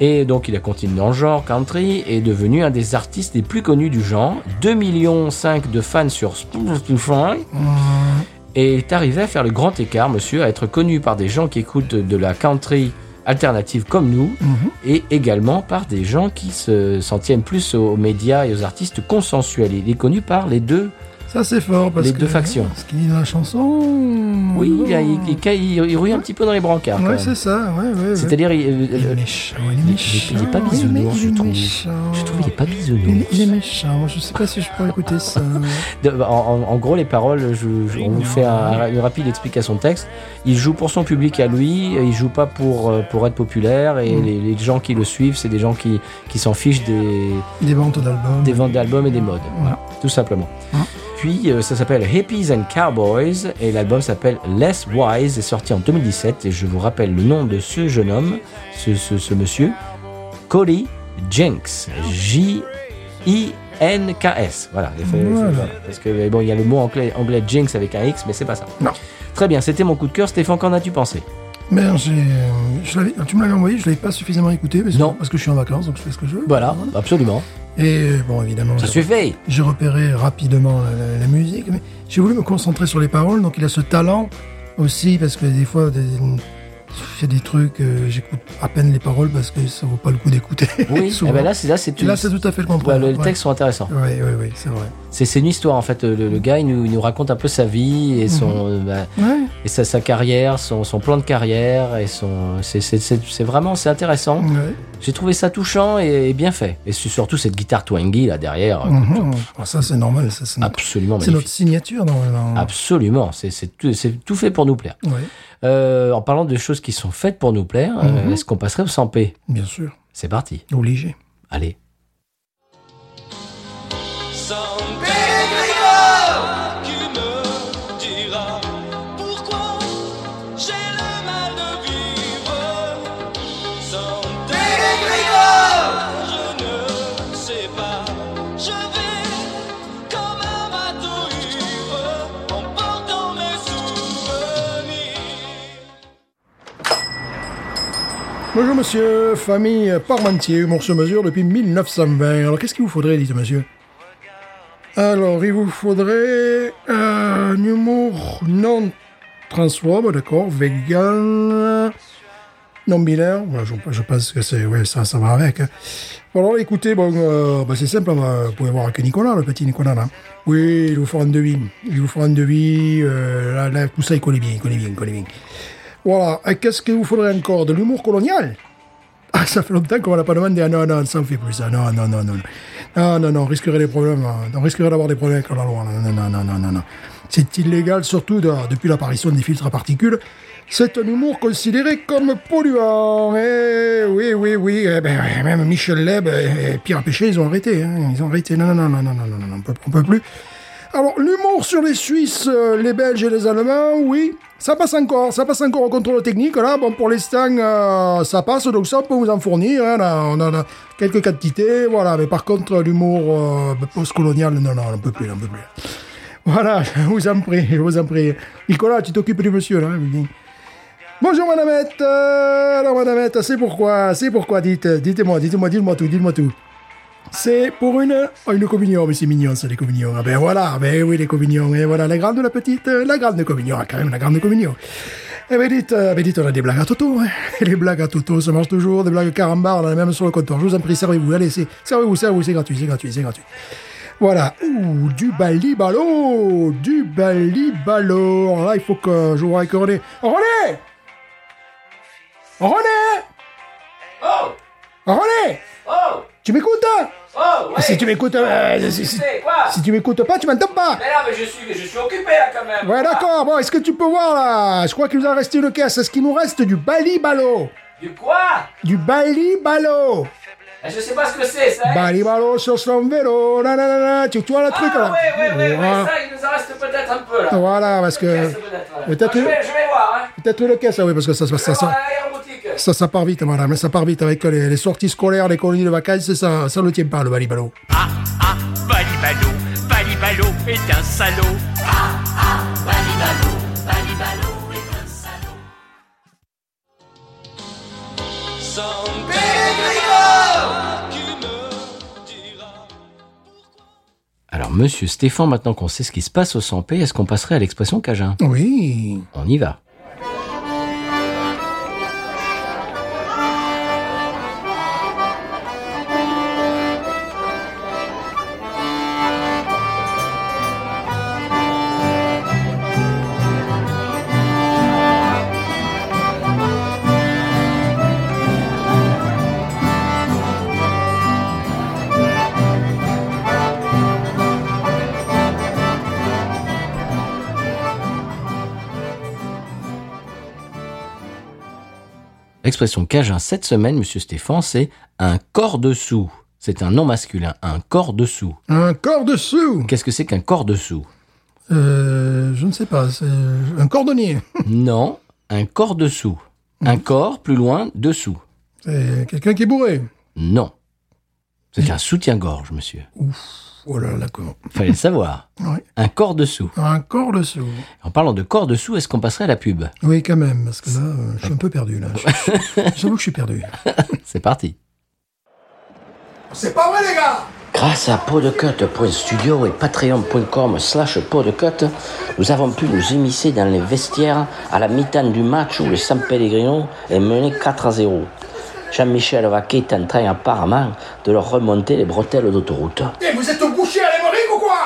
Speaker 1: Et donc il a continué dans le genre country et est devenu un des artistes les plus connus du genre. 2,5 millions de fans sur Spotify.
Speaker 2: Mmh.
Speaker 1: Et il est arrivé à faire le grand écart, monsieur, à être connu par des gens qui écoutent de la country alternative comme nous,
Speaker 2: Mhm.
Speaker 1: et également par des gens qui se- s'en tiennent plus aux médias et aux artistes consensuels. Il est connu par les deux.
Speaker 2: Ça, c'est fort. Parce
Speaker 1: Les
Speaker 2: que,
Speaker 1: deux factions.
Speaker 2: Ce qu'il dit dans la chanson.
Speaker 1: Oui,
Speaker 2: oh.
Speaker 1: il, a- il, il- il- il rouille un petit peu dans les brancards. quand
Speaker 2: Ouais,
Speaker 1: même.
Speaker 2: c'est ça. Ouais, ouais, ouais.
Speaker 1: C'est-à-dire, il- euh,
Speaker 2: Il
Speaker 1: euh,
Speaker 2: est méchant. Il est
Speaker 1: il-
Speaker 2: méchant.
Speaker 1: il est pas
Speaker 2: oui,
Speaker 1: bisounours,
Speaker 2: mais il
Speaker 1: je
Speaker 2: est
Speaker 1: trouve.
Speaker 2: méchant.
Speaker 1: je trouve qu'il n'est pas
Speaker 2: Il,
Speaker 1: bisounours.
Speaker 2: il est méchant. Je sais pas si je pourrais écouter ça.
Speaker 1: De- en, en- en gros, les paroles, je, je- on vous fait un- une rapide explication de texte. Il joue pour son public à lui, il joue pas pour, euh, pour être populaire, et
Speaker 2: Mm.
Speaker 1: les, les gens qui le suivent, c'est des gens qui, qui s'en fichent des,
Speaker 2: Des ventes d'albums.
Speaker 1: des ventes d'albums et des modes. Voilà, tout simplement.
Speaker 2: Mm.
Speaker 1: Puis euh, ça s'appelle Hippies and Cowboys et l'album s'appelle Less Wise est sorti en 2017 et je vous rappelle le nom de ce jeune homme, ce, ce- ce monsieur, Cody Jenks, J-I-N-K-S. Voilà, il fait-
Speaker 2: Voilà.
Speaker 1: voilà. parce que mais bon, il y a le mot anglais, anglais Jenks avec un X, mais c'est pas ça.
Speaker 2: Non.
Speaker 1: Très bien, c'était mon coup de cœur. Stéphane, qu'en as-tu pensé
Speaker 2: Merde, j'ai, euh, je l'avais- tu me l'avais envoyé, je l'avais pas suffisamment écouté parce, que-
Speaker 1: Non.
Speaker 2: parce que je suis en vacances, donc je fais ce que je veux.
Speaker 1: Voilà, absolument.
Speaker 2: Et euh, bon, évidemment,
Speaker 1: Ça
Speaker 2: j'ai-
Speaker 1: suffit.
Speaker 2: j'ai repéré rapidement la, la- la musique, mais j'ai voulu me concentrer sur les paroles. Donc il a ce talent aussi parce que des fois, des- il y a des trucs, euh, j'écoute à peine les paroles parce que ça vaut pas le coup d'écouter.
Speaker 1: Oui,
Speaker 2: souvent.
Speaker 1: eh ben là, c'est là, c'est
Speaker 2: Et là, c'est tout à fait le
Speaker 1: Ouais,
Speaker 2: contraire.
Speaker 1: le- les
Speaker 2: Ouais.
Speaker 1: textes sont intéressants.
Speaker 2: Ouais, ouais, ouais, c'est vrai.
Speaker 1: C'est c'est une histoire en fait. Le, le gars il nous, il nous raconte un peu sa vie et son euh, bah,
Speaker 2: Mhm. Ouais.
Speaker 1: et sa, sa carrière, son, son plan de carrière et son c'est- c'est c'est- c'est vraiment c'est intéressant.
Speaker 2: ouais.
Speaker 1: J'ai trouvé ça touchant et, et bien fait. Et c'est surtout cette guitare twangy là derrière, euh,
Speaker 2: Mhm. Ah, ça, c'est normal. Ça, c'est notre,
Speaker 1: absolument
Speaker 2: c'est notre
Speaker 1: magnifique.
Speaker 2: signature normalement.
Speaker 1: Absolument, c'est c'est tout, c'est tout fait pour nous plaire.
Speaker 2: Ouais,
Speaker 1: Euh, en parlant de choses qui sont faites pour nous plaire, euh,
Speaker 2: Mhm.
Speaker 1: est-ce qu'on passerait au 100p
Speaker 2: bien sûr,
Speaker 1: C'est parti,
Speaker 2: obligé.
Speaker 1: allez.
Speaker 3: Some bégrillard qui me dira pourquoi j'ai le mal de vivre. Sans bégrillard, je ne sais pas. Je vais comme un bateau ivre en portant mes souvenirs.
Speaker 2: Bonjour monsieur, famille Parmentier, on se mesure depuis 1920. Alors qu'est-ce qu'il vous faudrait, dites monsieur Alors il vous faudrait euh, un humour non transforme, d'accord, vegan, non binaire, Ouais, je, je pense que c'est, ouais, ça, ça va avec. hein. Bon, alors écoutez, bon, euh, bah, c'est simple, on va- vous pouvez voir que Nicolas, le petit Nicolas là. Oui, il vous fera un devis, il vous fera un devis, euh, là, là, tout ça il connaît bien, il connaît bien, il connaît bien. Voilà. Et qu'est-ce qu'il vous faudrait encore De l'humour colonial Ah, ça fait longtemps qu'on ne l'a pas demandé. Ah non, non, ça ne fait plus ça. Non, non, non, non. Non, non, non, on risquerait des problèmes. hein. On risquerait d'avoir des problèmes avec la loi. Non, non, non, non, non, non. C'est illégal, surtout de- depuis l'apparition des filtres à particules. C'est un humour considéré comme polluant. Eh, oui, oui, oui. Eh ben, même Michel Leb et Pierre Péché, ils ont arrêté. hein. Ils ont arrêté. Non, non, non, non, non, non, non, non, on peut, on peut plus. Alors, l'humour sur les Suisses, euh, les Belges et les Allemands, oui, ça passe encore, ça passe encore au contrôle technique, là, bon, pour l'instant, euh, ça passe, donc ça, on peut vous en fournir, hein, là, on en a quelques quantités, voilà, mais par contre, l'humour euh, post-colonial, non, non, on peut plus, on peut plus. Voilà, je vous en prie, je vous en prie. Nicolas, tu t'occupes du monsieur, là, hein, Bonjour madamette, euh, alors madamette, c'est pourquoi, c'est pourquoi, dites, dites-moi, dites-moi, dites-moi tout, dites-moi tout. C'est pour une, oh, une communion, mais c'est mignon ça, les communions. Ah ben voilà, ben oui, les communions. Et voilà, la grande ou la petite, euh, la grande communion, ah, quand même, la grande communion. Eh ben dites, euh, ben dites, on a des blagues à Toto. Hein. Et Les blagues à Toto, ça marche toujours, des blagues carambar, on en a même sur le comptoir. Je vous en prie, servez-vous, allez, c'est, servez-vous, servez-vous, c'est gratuit, c'est gratuit, c'est gratuit. Voilà, ouh, du balibalo, du balibalo. Alors là, il faut que je vois avec René. René René
Speaker 3: Oh
Speaker 2: René
Speaker 3: Oh
Speaker 2: Tu m'écoutes hein
Speaker 3: Oh ouais.
Speaker 2: Si tu m'écoutes, euh, si, si-
Speaker 3: sais, quoi
Speaker 2: si tu m'écoutes pas, tu m'entends pas.
Speaker 3: Mais là, mais je suis, je suis occupé là quand même.
Speaker 2: Ouais, d'accord. Bon, est-ce que tu peux voir là Je crois qu'il nous a resté une caisse. Est-ce qu'il nous reste du balibalo
Speaker 3: Du quoi
Speaker 2: Du balibalo
Speaker 3: Je sais pas ce que c'est ça. hein.
Speaker 2: Bah, Balibalo sur son vélo. Nanana. Tu, tu vois le truc
Speaker 3: ah
Speaker 2: là
Speaker 3: ouais, ouais, ouais, ouais,
Speaker 2: Voilà.
Speaker 3: ça, il nous en reste peut-être un peu là.
Speaker 2: Voilà, parce que
Speaker 3: Reste peut-être, ouais.
Speaker 2: peut-être
Speaker 3: Ah, je,
Speaker 2: le-
Speaker 3: vais, je vais voir, hein.
Speaker 2: peut-être le caisse, ah oui, parce que ça, ça, ça,
Speaker 3: Je vais voir
Speaker 2: ça,
Speaker 3: la aéronautique.
Speaker 2: ça, ça part vite, madame. Ça part vite avec les, les sorties scolaires, les colonies de vacances, ça, ça ne tient pas le balibalo.
Speaker 4: Ah ah, Balibalo, Balibalo est un salaud.
Speaker 3: Sans Pégrigor qui me dira.
Speaker 1: Alors, monsieur Stéphane, maintenant qu'on sait ce qui se passe au 100p, est-ce qu'on passerait à l'expression Cajun
Speaker 2: Oui.
Speaker 1: On y va. L'expression Cajun cette semaine, monsieur Stéphane, c'est un corps dessous. C'est un nom masculin, un corps dessous.
Speaker 2: Un corps dessous.
Speaker 1: Qu'est-ce que c'est qu'un corps dessous
Speaker 2: Euh, je ne sais pas. C'est un cordonnier.
Speaker 1: Non, un corps dessous. Un corps plus loin dessous.
Speaker 2: C'est quelqu'un qui est bourré.
Speaker 1: Non. C'est un soutien-gorge, monsieur.
Speaker 2: Oh là là, comment
Speaker 1: Fallait le savoir.
Speaker 2: Ouais.
Speaker 1: Un corps dessous.
Speaker 2: Un corps dessous.
Speaker 1: En parlant de corps dessous, est-ce qu'on passerait à la pub
Speaker 2: Oui, quand même, parce que là, euh, je suis un peu perdu, là. Je- je- J'avoue que je suis perdu.
Speaker 1: C'est parti.
Speaker 2: C'est pas vrai, les gars
Speaker 1: Grâce à podcut.studio et patreon.com slash podcut, nous avons pu nous immiscer dans les vestiaires à la mi-temps du match où le San Pellegrino est mené 4 à 0. Jean-Michel Vaquet est en train apparemment de leur remonter les bretelles d'autoroute.
Speaker 2: Eh, vous êtes bouché à l'hémorragie ou quoi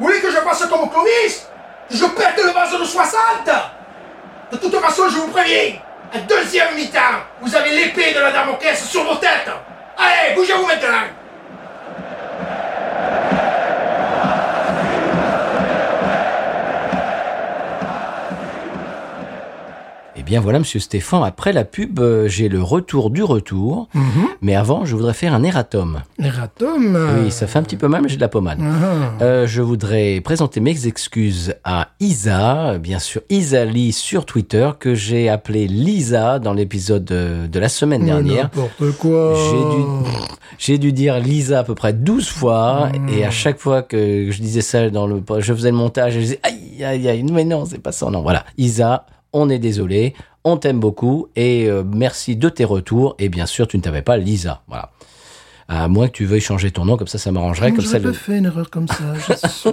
Speaker 2: Vous voulez que je fasse comme Clovis Je pète le vase de 60 De toute façon, je vous préviens, à deuxième mi-temps, vous avez l'épée de la dame caisse sur vos têtes Allez, bougez-vous maintenant
Speaker 1: Eh bien voilà, Monsieur Stéphane, après la pub, euh, j'ai le retour du retour. Mais avant, je voudrais faire un erratum.
Speaker 2: Ratom
Speaker 1: Oui, ça fait un petit peu mal, mais j'ai de la pommade.
Speaker 2: ah,
Speaker 1: Euh, je voudrais présenter mes excuses à Isa, euh, bien sûr Isali sur Twitter, que j'ai appelée Lisa dans l'épisode euh, de la semaine dernière.
Speaker 2: N'importe quoi
Speaker 1: J'ai dû, j'ai dû dire Lisa à peu près 12 fois, et à chaque fois que je disais ça dans le, je faisais le montage, et je disais aïe, aïe, aïe, mais non, c'est pas ça, non, voilà. Isa, on est désolé, on t'aime beaucoup, et euh, merci de tes retours, et bien sûr, tu ne t'avais pas Lisa, voilà. À moins que tu veuilles changer ton nom, comme ça, ça m'arrangerait, comme ça.
Speaker 2: J'aurais pas
Speaker 1: le-
Speaker 2: fait une erreur comme ça. Je suis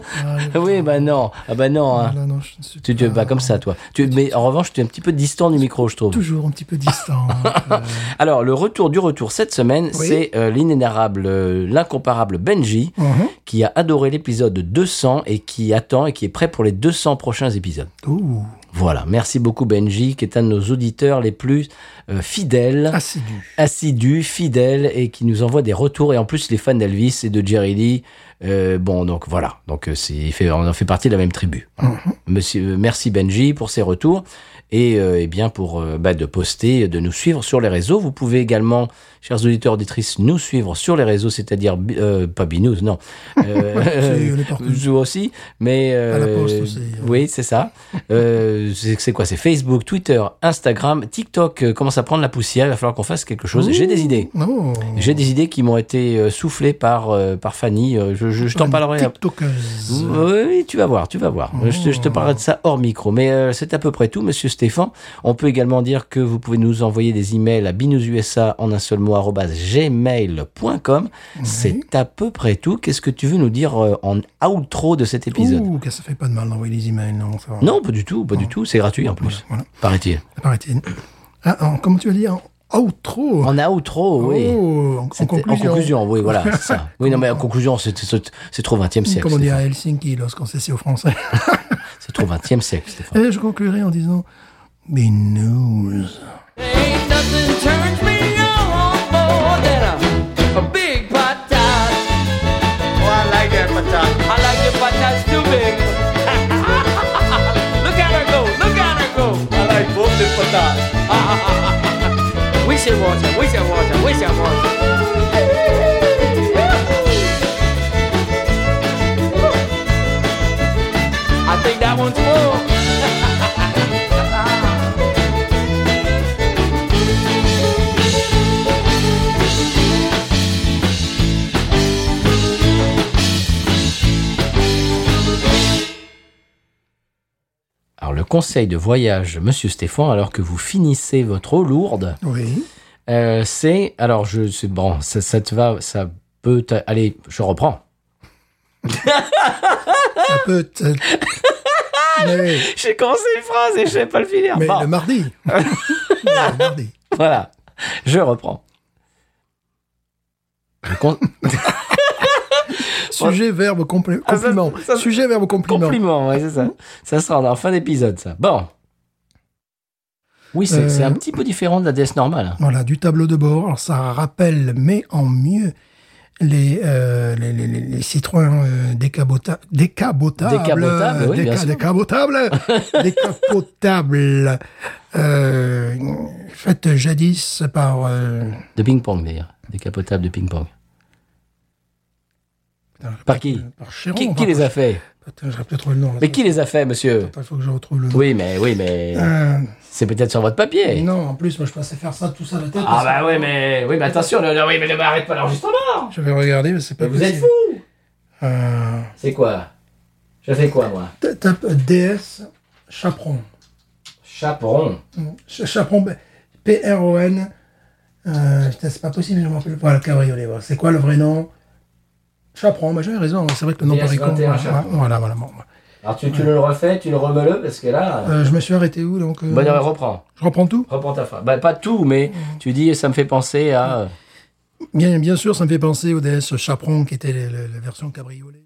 Speaker 2: pas-
Speaker 1: Oui, bah non, ah bah non, hein.
Speaker 2: Ah là, non, je ne suis
Speaker 1: Tu te vas comme ça, toi. Tu, mais en revanche, tu es un petit peu distant du micro, je trouve.
Speaker 2: Toujours un petit peu distant. hein.
Speaker 1: Alors, le retour du retour cette semaine,
Speaker 2: Oui.
Speaker 1: c'est euh, l'inénarrable, euh, l'incomparable Benji,
Speaker 2: Mhm.
Speaker 1: qui a adoré l'épisode 200 et qui attend et qui est prêt pour les 200 prochains épisodes.
Speaker 2: Ouh,
Speaker 1: Voilà, merci beaucoup Benji, qui est un de nos auditeurs les plus euh,
Speaker 2: Ah,
Speaker 1: fidèles,
Speaker 2: assidu.
Speaker 1: assidus, fidèles et qui nous envoie des retours. Et en plus, les fans d'Elvis et de Jerry Lee. Euh, bon, donc voilà, donc euh, c'est, il fait, on en fait partie de la même tribu. Voilà.
Speaker 2: Mhm.
Speaker 1: Monsieur, euh, merci Benji pour ses retours et, euh, eh bien pour euh, bah, de poster, de nous suivre sur les réseaux. Vous pouvez également, chers auditeurs auditrices, nous suivre sur les réseaux, c'est-à-dire bi- euh, pas Binous, non,
Speaker 2: Si,
Speaker 1: euh,
Speaker 2: on est partout.
Speaker 1: Zou aussi, mais
Speaker 2: À la
Speaker 1: euh,
Speaker 2: Poste aussi.
Speaker 1: oui, c'est ça. Euh, c'est c'est quoi C'est Facebook, Twitter, Instagram, TikTok euh, commence à prendre la poussière. Il va falloir qu'on fasse quelque chose. J'ai des idées.
Speaker 2: Oh.
Speaker 1: J'ai des idées qui m'ont été euh, soufflées par, euh, par Fanny. Euh, Je, je, je, je t'en parlerai. un-
Speaker 2: TikTokeuse.
Speaker 1: Oui, tu vas voir, tu vas voir. Je, te, je
Speaker 2: Oh.
Speaker 1: te parlerai de ça hors micro. Mais euh, c'est à peu près tout, monsieur Stéphane. On peut également dire que vous pouvez nous envoyer des emails à binoususa en un seul mot arobase gmail.com. C'est à peu près tout. Qu'est-ce que tu veux nous dire euh, en outro de cet épisode
Speaker 2: Ouh, que ça fait pas de mal d'envoyer des emails, non ça va.
Speaker 1: Non, pas du tout, pas du tout. C'est gratuit en plus,
Speaker 2: Voilà.
Speaker 1: paraît-il.
Speaker 2: Paraît-il. Ah, en- comment tu vas dire En outro
Speaker 1: En outro, oui.
Speaker 2: Oh, en, en
Speaker 1: C'était-
Speaker 2: conclusion.
Speaker 1: oui, voilà, c'est ça. Oui, non, mais en conclusion, c'est c'est- c'est trop 20e siècle.
Speaker 2: Comme on dit
Speaker 1: Stéphane.
Speaker 2: à Helsinki lorsqu'on s'essaie aux Français.
Speaker 1: C'est trop 20e siècle, Stéphane.
Speaker 2: Et je conclurai en disant des news.
Speaker 5: Ain't nothing turns me on more than a, a big pot tart. Oh, I like that pot tart. I like the pot tarts too big. look at her go, look at her go. I like both the pot tarts. we should watch her, we should watch her, we should watch her. I think that one's full.
Speaker 1: Alors, le conseil de voyage, de monsieur Stéphane, alors que vous finissez votre eau lourde,
Speaker 2: Oui.
Speaker 1: euh, c'est. Alors, je. c'est- Bon, ça, ça te va, ça peut. t'a- Allez, je reprends.
Speaker 2: Peut-être. mais
Speaker 1: J'ai commencé une phrase et je sais pas le finir.
Speaker 2: mais
Speaker 1: Ah, Bon,
Speaker 2: le mardi. le mardi.
Speaker 1: Voilà, je reprends. Le con-
Speaker 2: Sujet, verbe, complé-
Speaker 1: Ah, ça-
Speaker 2: compliment.
Speaker 1: ça-
Speaker 2: Sujet, verbe, compliment. Mmh.
Speaker 1: Compliment, ouais, c'est ça. Ça sera en fin d'épisode, ça. Bon. Oui, c'est
Speaker 2: Euh,
Speaker 1: c'est un petit peu différent de la DS normale. hein,
Speaker 2: Voilà, du tableau de bord. Alors, ça rappelle, mais en mieux, les, euh, les, les, les- les citrons euh, décabota- décabotables.
Speaker 1: Décabotables, oui, bien sûr.
Speaker 2: Décabotables. décapotables. Euh, faites jadis par... euh,
Speaker 1: De ping-pong, d'ailleurs. Décapotable de ping-pong.
Speaker 2: putain,
Speaker 1: Par qui
Speaker 2: Par Chéron.
Speaker 1: Qui, qui
Speaker 2: par-
Speaker 1: les a fait
Speaker 2: Putain, j'aurais peut-être trouvé le nom.
Speaker 1: Mais qui les a fait, monsieur
Speaker 2: Attends, Il faut que je retrouve le nom.
Speaker 1: Oui, mais oui, mais
Speaker 2: Euh,
Speaker 1: c'est peut-être sur votre papier.
Speaker 2: non, en plus, moi, je pensais faire ça tout ça à la tête.
Speaker 1: Ah
Speaker 2: parce que
Speaker 1: bah oui, mais oui, mais attention, non, non, oui, mais ne m'arrête pas l'enregistrement.
Speaker 2: Je vais regarder, mais Ah, c'est pas
Speaker 1: Mais vous êtes
Speaker 2: possible.
Speaker 1: fous
Speaker 2: Euh,
Speaker 1: C'est quoi Je fais quoi moi
Speaker 2: ta- tape DS Chaperon.
Speaker 1: Chaperon.
Speaker 2: Ch- Chaperon, P- P-R-O-N. Euh, putain, c'est pas possible, je m'en rappelle pas. Le cabriolet, voilà. c'est quoi le vrai nom Chaperon, bah, j'avais raison, c'est vrai que le nom
Speaker 1: PS21
Speaker 2: paraît con. Voilà,
Speaker 1: Chaperon.
Speaker 2: voilà, voilà, bon.
Speaker 1: Alors tu, tu le refais, tu le remets parce que là.
Speaker 2: Euh, je me suis arrêté où donc euh,
Speaker 1: Bon, non, mais reprends.
Speaker 2: Je reprends tout
Speaker 1: Reprends ta phrase. Bah, pas tout, mais tu dis, ça me fait penser à.
Speaker 2: bien, bien sûr, ça me fait penser au DS Chaperon qui était le- le- la version cabriolet.